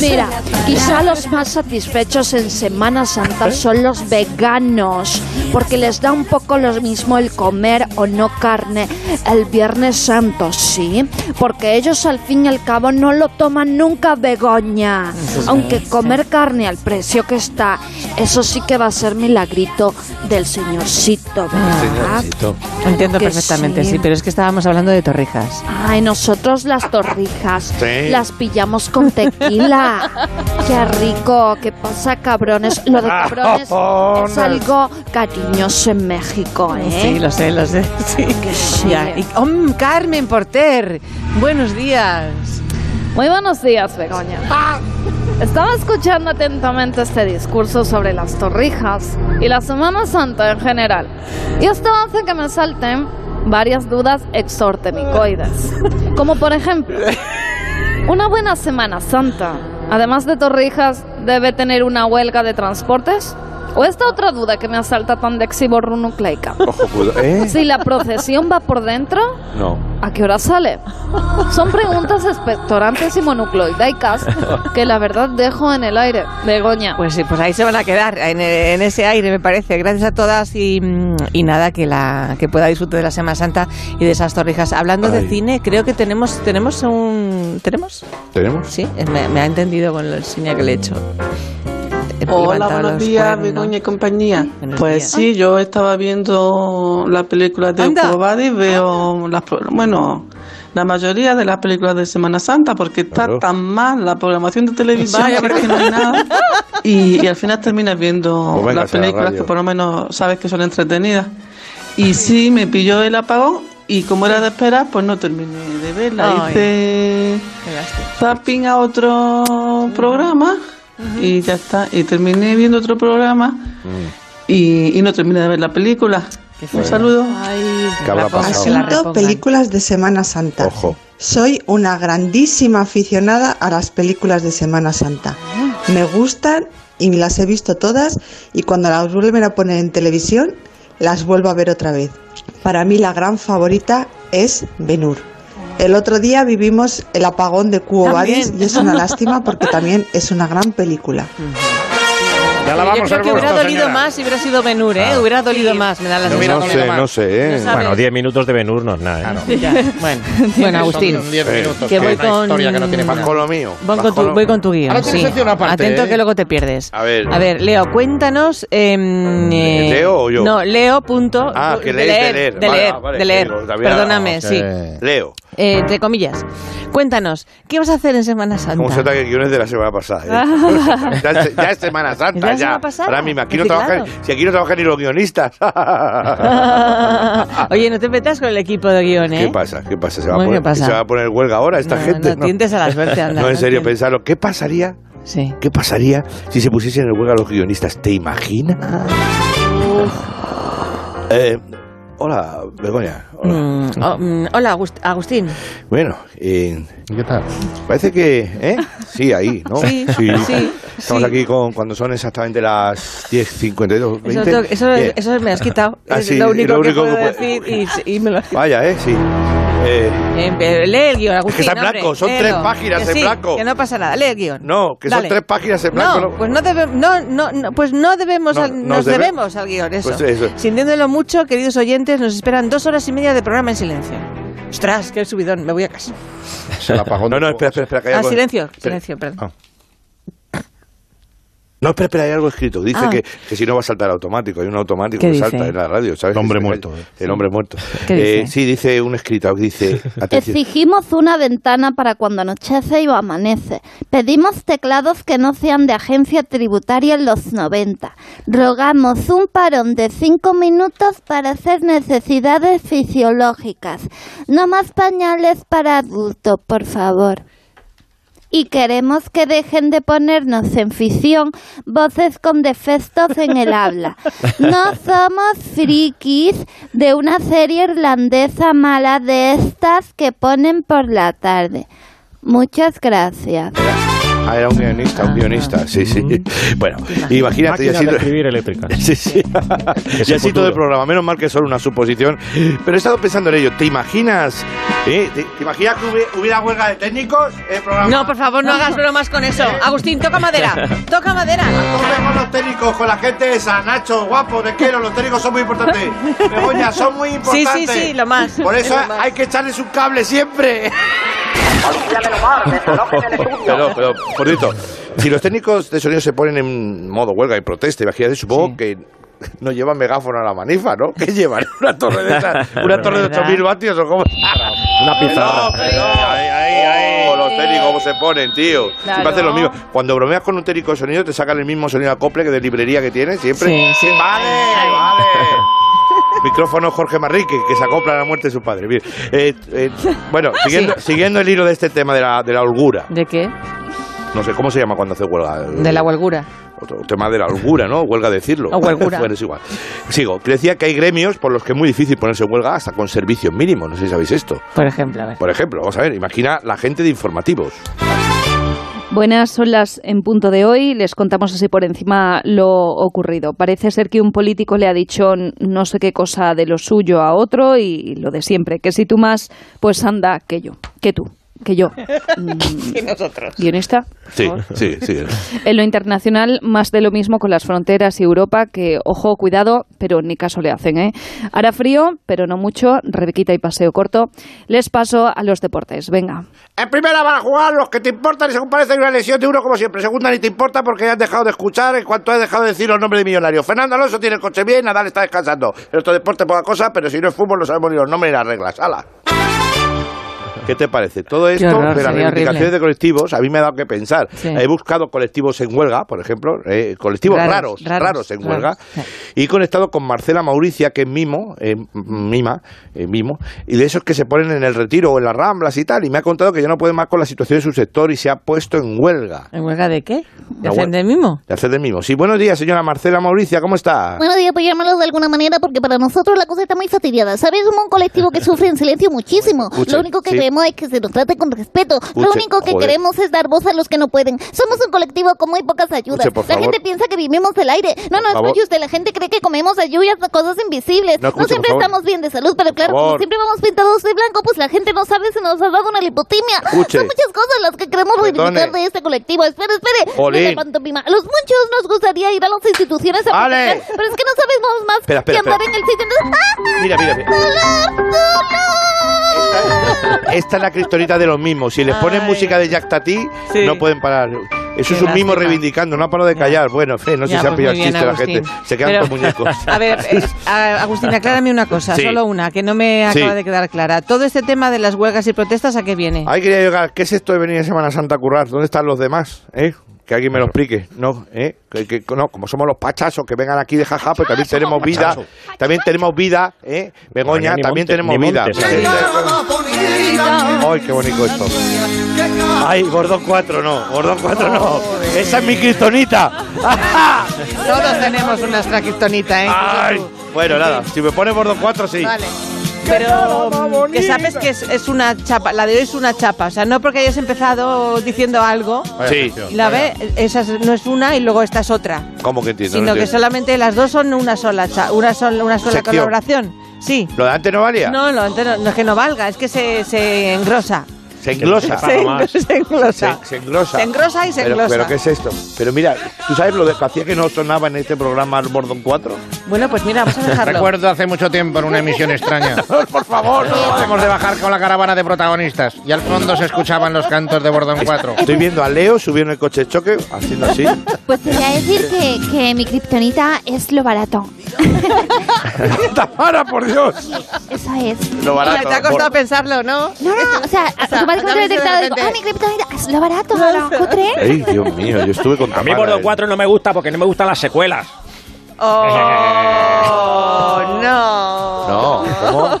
Mira, quizá los más satisfechos en Semana Santa son los veganos, porque les da un poco lo mismo el comer o no carne el Viernes Santo, ¿sí? Porque ellos al fin y al cabo no lo toman nunca Begoña. Aunque comer carne al precio que está, eso sí que va a ser milagrito del señorcito,
Ah,
¿verdad?
Entiendo
que
perfectamente,
sí.
sí, pero es que estábamos hablando de torrijas.
Ay, nosotros las torrijas
Sí.
las pillamos con tequila. Qué rico. ¿Qué pasa, cabrones? Lo de cabrones es algo cariñoso en México,
Sí,
¿eh?
lo sé, lo sé. Sí.
sí.
Ya, y- ¡Om, Carmen Porter! Buenos días. Ah.
Muy buenos días, Begoña. Estaba escuchando atentamente este discurso sobre las torrijas y la Semana Santa en general. Y esto hace que me salten varias dudas exortemicoides. Como por ejemplo, una buena Semana Santa, además de torrijas, debe tener una huelga de transportes. O esta otra duda que me asalta tan de exhiborrunucleica.
Ojo, cuidado. ¿Eh?
Si la procesión va por dentro,
No.
¿A qué hora sale? Son preguntas expectorantes y monucloidaicas que la verdad dejo en el aire. Begoña.
Pues sí, pues ahí se van a quedar, en, en ese aire, me parece. Gracias a todas y, mm, y nada, que la que pueda disfrutar de la Semana Santa y de esas torrijas. Hablando de
Ay.
cine, creo que tenemos tenemos un... ¿Tenemos?
¿Tenemos?
Sí, eh, me, me ha entendido con la señal que le he hecho. He
Hola,
levantado
buenos
los
días,
cuernos.
Begoña y compañía.
Buenos
Pues
días.
sí, yo estaba viendo la película de
Anda.
Ocobadi, veo las, pro- bueno, la mayoría de las películas de Semana Santa, porque está
Claro.
tan mal la programación de televisión
Vaya,
que es que no hay nada. Y, y al final terminas viendo
Pues venga,
las
sea la
películas
radio.
que por lo menos sabes que son entretenidas. Y sí, me pilló el apagón y como era de esperar, pues no terminé de verla.
Ay.
Hice
Qué lástima.
zapping a otro programa y ya está. Y terminé viendo otro programa y, y no terminé de ver la película. Un saludo.
¿Qué habrá
La pongo,
pasado?
que la repongan.
películas de Semana Santa.
Ojo.
Soy una grandísima aficionada a las películas de Semana Santa. Me gustan y las he visto todas y cuando las vuelven a poner en televisión las vuelvo a ver otra vez. Para mí la gran favorita es Benur. El otro día vivimos el apagón de Cuo Vadis y es una lástima porque también es es una gran película.
Ya la
Yo
vamos
creo
al
que
gusto,
hubiera dolido
señora.
más si hubiera sido Benur, ¿eh? Hubiera dolido más, me da la
No hubiera
Ah. No
sensación.
comido
sé,
mal.
no sé, ¿eh?
No sabe.
Bueno, 10 minutos de Benur no es nada. ¿eh?
Claro.
Ya, Bueno, bueno, Agustín.
Son 10
Sí.
minutos,
Que
que
voy
es una
con-
historia que no tiene
Vas
final.
con lo mío.
Voy
vas
con, tu,
lo-
voy con tu guión.
Ahora tienes
sí.
sección aparte,
Atento
¿eh?
que luego te pierdes.
A ver.
A ver, Leo, cuéntanos. em, eh,
¿Leo o yo?
No, Leo. Punto,
Ah, que
de
lees, de
leer.
leer.
De
Vale,
leer,
ah, vale,
de leer.
digo, todavía-
Perdóname,
ah,
sí.
Leo.
Eh, entre comillas. Cuéntanos, ¿qué vas a hacer en Semana Santa?
¿Cómo se nota que el guión es de la semana pasada? ¿eh? ya, es- ya es Semana
¿Es de
Santa,
la
ya.
semana pasada?
Ahora mismo, aquí no
Reciclado.
trabajan, si aquí no trabajan ni los guionistas.
Oye, no te metas con el equipo de guión, ¿eh?
¿Qué pasa? ¿Qué pasa? ¿Se va, a
Muy
poner,
bien pasa.
se va a poner huelga ahora esta
No,
gente?
no tientes a la suerte, anda,
No, en
no
serio,
tientes.
pensarlo. ¿Qué pasaría?
Sí.
¿Qué pasaría si se pusiesen en huelga los guionistas? ¿Te imaginas?
Ah.
Eh, hola, Begoña. Hola.
Mm, oh, mm, hola, Agust- Agustín.
Bueno, eh,
¿Qué tal?
Parece que, ¿eh? Sí, ahí, ¿no?
Sí, sí,
Estamos
sí.
aquí con cuando son exactamente las 10.52, 20.
Eso, tengo- eso,
Bien.
eso me has quitado.
Ah,
es
sí,
lo único
lo
que
único
puedo
que puede-
decir y, y me lo has quitado.
Vaya, ¿eh? Sí. Eh,
Bien, pero lee el guión, Agustín.
está en
hombre,
blanco, son
léelo.
tres páginas
Que
en
sí,
blanco.
Que no pasa nada, lee el guión.
no, que
Dale.
son tres páginas en blanco.
No, pues no, debe- no, no, no, pues no debemos,
No,
al-
nos
nos
debe-
debemos al guión, eso.
Pues eso.
Sintiéndolo mucho, queridos oyentes, nos esperan dos horas y media de programa en silencio. Ostras, qué subidón, me voy a casa.
Se la apagó.
No, no, espera, espera, espera. que hay
Ah,
algo-
silencio,
espera.
silencio, perdón.
No, espera, espera, hay algo escrito. Dice
Ah.
que, que si no va a saltar automático. Hay un automático
¿Qué
que
dice?
salta en la radio, ¿sabes?
El hombre
Que se
muerto,
cae.
¿eh?
El hombre muerto.
¿Qué dice?
Eh, sí, dice un escrito que dice... Atención.
Exigimos una ventana para cuando anochece y amanece. Pedimos teclados que no sean de agencia tributaria en los 90. Rogamos un parón de 5 minutos para hacer necesidades fisiológicas. No más pañales para adultos, por favor. Y queremos que dejen de ponernos en ficción voces con defectos en el habla. No somos frikis de una serie irlandesa mala de estas que ponen por la tarde. Muchas gracias.
Ah, era un guionista, un guionista, sí, sí. Bueno, imagínate, y
Máquinas
así,
de escribir eléctricas.
Sí, sí.
Es
y
el
así todo
futuro.
el programa, menos mal que es solo una suposición. Pero he estado pensando en ello, ¿te imaginas? eh, ¿Te, te imaginas que hubi- hubiera huelga de técnicos? El programa
No, por favor, no hagas bromas con eso. Agustín, toca madera. Toca madera.
con los técnicos, con la gente esa, Nacho, guapo, de quiero, los técnicos son muy importantes. Begoña, son muy
Sí,
importantes.
sí, sí, lo más.
Por eso
Es lo más.
hay que echarles un cable siempre. pero, pero, por cierto, si los técnicos de sonido se ponen en modo huelga y protesta, imagínate, supongo que no llevan megáfono a la manifa, ¿no? ¿Qué llevan? Una torre de esas, una torre de
¿Verdad?
8000 vatios o cómo.
Una pizarra.
Ay, ay, ay. los técnicos cómo se ponen, tío.
Claro.
Siempre hacen lo mismo. Cuando bromeas con un técnico de sonido, te sacan el mismo sonido acople que de librería que tienes siempre.
Sí, sí.
Vale, vale. Micrófono Jorge Manrique, que se acopla a la muerte de su padre. Bien. Eh, eh, bueno, siguiendo, siguiendo el hilo de este tema de la, de la holgura.
¿De qué?
No sé, ¿cómo se llama cuando hace huelga?
De la huelgura.
Otro tema de la holgura, ¿no? Huelga decirlo.
O huelgura.
Bueno, es igual. Sigo. Que Decía que hay gremios por los que es muy difícil ponerse en huelga hasta con servicios mínimos. No sé si sabéis esto.
Por ejemplo, a ver.
Por ejemplo, vamos a ver, imagina la gente de informativos.
Buenas, son las en punto de hoy. Les contamos así por encima lo ocurrido. Parece ser que un político le ha dicho n- no sé qué cosa de lo suyo a otro y lo de siempre, que si tú más, pues anda, que yo, que tú, que yo.
Y nosotros.
Guionista.
Sí, sí, sí.
En lo internacional, más de lo mismo con las fronteras y Europa, que ojo, cuidado, pero ni caso le hacen. ¿eh? Hará frío, pero no mucho. Rebequita y paseo corto. Les paso a los deportes. Venga.
En primera van a jugar los que te importan y según parece hay una lesión de uno como siempre. Segunda ni te importa porque has dejado de escuchar en cuanto has dejado de decir los nombres de millonarios. Fernando Alonso tiene el coche bien, Nadal está descansando. En otro deporte poca cosa, pero si no es fútbol no sabemos ni los nombres ni las reglas. ¡Hala! ¿Qué te parece? Todo esto
horror,
de
sería
las reivindicaciones
horrible.
de colectivos a mí me ha dado que pensar.
Sí.
He buscado colectivos en huelga, por ejemplo, eh, colectivos
Raros,
raros, raros,
raros,
en
raros.
huelga, y he conectado con Marcela Mauricia, que es Mimo, eh, m- Mima, eh, Mimo, y de esos que se ponen en el retiro o en las ramblas y tal, y me ha contado que ya no puede más con la situación de su sector y se ha puesto en huelga.
¿En huelga de qué? ¿De
La
hacer
huel-
de
Oh.
mimo?
De hacer del Mimo. Sí, buenos días, señora Marcela Mauricia, ¿cómo está?
Bueno, de apoyármelos de alguna manera porque para nosotros la cosa está muy fastidiada. ¿Sabes? Somos un colectivo que sufre en silencio muchísimo.
escuche,
lo único que
sí.
queremos es que se nos trate con respeto.
Escuche,
lo único que
joder.
queremos es dar voz a los que no pueden. Somos un colectivo con muy pocas ayudas.
Escuche, por
la
favor.
gente piensa que vivimos del aire. No,
Por
no,
favor.
escuche usted, la gente cree que comemos ayudas de cosas invisibles.
No,
No,
escuche, por
siempre
favor.
estamos bien de salud, pero claro,
Por
como
favor.
siempre vamos pintados de blanco, pues la gente no sabe si nos ha dado una lipotimia.
Escuche.
Son muchas cosas las que queremos
Perdone.
reivindicar de este colectivo. Espere, espere.
Jolín.
Mire, pantomima. A los muchos nos gustaría ir a las instituciones a
Vale.
protestar, pero es que no sabemos más
Espera, espera,
que andar
espera.
en el sitio. Entonces-
Mira, mira, mira. Esta es la cristonita de los mismos. Si les ponen música de Jack Tati, no pueden parar. Eso
Qué
es un mimo
lástima.
reivindicando, no ha parado de callar. Bueno, Fe, no sé
Ya,
si se han
pues
pillado el
muy bien,
chiste la
Agustín.
gente. Se quedan
Pero-
con muñecos.
A ver, eh, a- Agustín, aclárame una cosa,
Sí.
solo una, que no me
Sí.
acaba de quedar clara. Todo este tema de las huelgas y protestas, ¿a qué viene?
Ahí quería llegar. ¿Qué es esto de venir en Semana Santa a currar? ¿Dónde están los demás? ¿Eh? Que alguien me lo explique. No, ¿eh? Que- que- no, como somos los pachazos que vengan aquí de jaja, pues también tenemos vida.
Pachazo.
También tenemos vida, ¿eh? Begoña,
No, ni
también
monte-
tenemos
ni
vida.
montes,
Sí.
Bonita.
¡Ay, qué bonito esto! ¡Ay, Gordón 4 no! ¡Gordón 4 no! ¡Esa es mi cristonita!
Todos tenemos una traquistonita, ¿eh?
¡Ay! Bueno, nada, si me pones Gordón 4, sí.
Vale. Pero que sabes que es, es una chapa, la de hoy es una chapa, o sea, no porque hayas empezado diciendo algo,
Sí.
la ve, esa es- no es una y luego esta es otra,
¿Cómo que entiendo?
sino
No
que
entiendo.
solamente las dos son una sola, cha- una sola, una sola
Sección.
colaboración. Sí.
¿Lo de antes no valía?
No, no, ente- no, no es que no valga, es que se, se engrosa.
Se englosa.
Se, se englosa.
Se, se engrosa.
Se engrosa y se
pero,
englosa.
¿Pero qué es esto? Pero mira, ¿tú sabes lo de que hacía que no sonaba en este programa el Gordon 4?
Bueno, pues mira, vamos a dejarlo.
Recuerdo hace mucho tiempo en em- una emisión extraña.
por favor, no.
Hemos de bajar con la caravana de protagonistas. Y al fondo se escuchaban los cantos de Bordón 4.
Estoy viendo a Leo subir en el coche de choque haciendo así.
Pues te voy a decir que, que mi kriptonita es lo barato.
¡Tamara, por Dios!
Eso es.
Lo barato.
Te ha costado
por-
pensarlo, ¿no?
No, no, o sea, automáticamente lo he
de
detectado y digo,
repente-
ah, mi kriptonita es lo barato, lo cutre.
Ay, Dios mío, yo estuve con
A mí
Tamara
Bordo
el-
4 no me gusta porque no me gustan las secuelas.
Oh, no.
No, ¿cómo?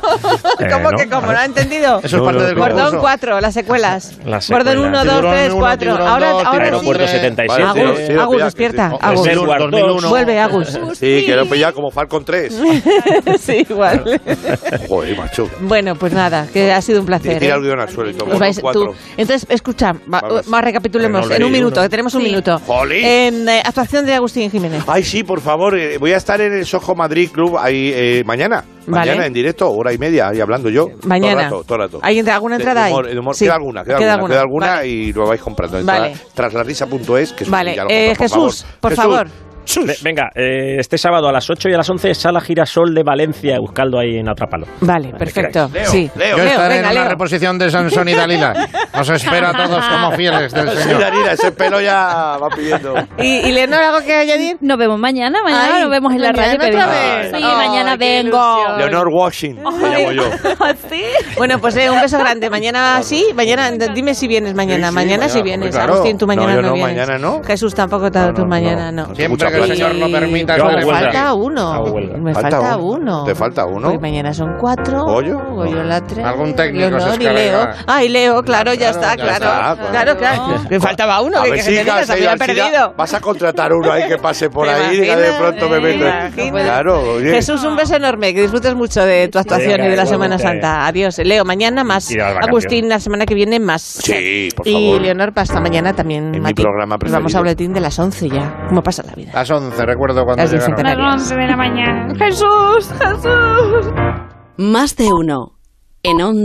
¿Cómo que cómo? ¿No ha entendido?
Eh, Eso es parte del
Gordón
concurso.
4, las secuelas.
Las
Gordón
secuelas.
1, 2,
Tiburón
3,
uno,
4.
tiburón
Ahora,
dos,
ahora
tiburón
sí.
Aeropuerto 77.
Agus,
Sí,
Agus,
sí,
despierta.
sí.
Agus.
Es el Guardón.
2001.
Vuelve, Agus.
Sí, que lo he pillado como Falcon 3.
sí, igual.
Joder, macho.
Bueno, pues nada, que ha sido un placer.
Tira
¿eh?
el guión al suelo y toma.
Os vais-
cuatro.
tú- Entonces, escucha, va-
Vamos.
va, recapitulemos
Venga,
en un
uno.
minuto, que tenemos un minuto.
Jolín.
En, eh, actuación de Agustín Jiménez.
Ay, sí, por favor, eh, voy a estar en el Soho Madrid Club ahí, eh, mañana.
Vale.
Mañana en directo, hora y media, ahí hablando yo. Todo
Mañana.
el rato, todo el rato.
¿Hay entra- alguna
De-
entrada
de
ahí?
humor, de humor.
Sí.
Queda alguna, queda,
Queda
alguna,
alguna,
queda alguna y lo vais comprando.
Vale.
Traslarrisa.es, que es
Vale,
ya lo
eh,
compras, por
Jesús, por
Jesús,
favor.
Ve- Venga, eh, este sábado a las 8 y a las 11, sala Girasol de Valencia, buscando ahí en Atrápalo.
Vale, perfecto.
queráis.
sí.
Leo,
Yo
Leo,
estaré
venga,
en una
Leo.
reposición de Sansón y Dalila. Nos espera a todos como fieles del
Sí,
Señor.
Dalila, ese pelo ya va pidiendo.
¿Y, y Leonor algo que añadir?
Nos vemos mañana, mañana
Ay,
nos vemos en la
mañana
radio. y
otra
pedimos-
vez.
Sí,
Ay,
mañana
qué
vengo.
ilusión.
Leonor Washington, me llamo yo.
Bueno, pues eh, un beso grande. Mañana sí, mañana dime si vienes mañana.
Sí, sí,
mañana, si
mañana,
vienes.
claro.
Agustín, tú
No,
mañana no,
yo no,
vienes.
mañana no.
Jesús tampoco te ha dado tú mañana, no.
Mucha
que el
plata.
Señor lo permita,
Yo hago
me
huelga.
falta
Hago
uno.
huelga.
Me Pues falta, uno.
¿Te falta uno? Oh.
Porque mañana son cuatro.
¿Goyo?
Goyo la tres.
Algún técnico se
Leonor y Leo.
escarrega.
Ah, y Leo, claro, ya está,
ya
Ah, claro.
está,
pues,
Claro, claro. Me faltaba uno,
A
que
ver
que
si
se
Gas
te
ha
había
ido al SIDA,
perdido.
Vas a contratar uno ahí que pase por
¿Te
ahí y de
imaginas?
pronto me
¿Te
meto.
imaginas?
Claro, oye.
Jesús, un beso enorme, que disfrutes mucho de tu actuación
Venga,
y de la Semana
igualmente.
Santa. Adiós. Leo, mañana más.
Y de las vacaciones.
Agustín, la semana que viene más.
Sí, por
Y
favor.
Leonor, hasta mañana también.
mi
Mati.
programa
Nos vamos
preferido.
a boletín de las 11 ya. ¿Cómo pasa la vida?
Las 11, recuerdo cuando
Las
llegaron.
bicentenarias.
Jesús, Jesús. Más de uno. En onda.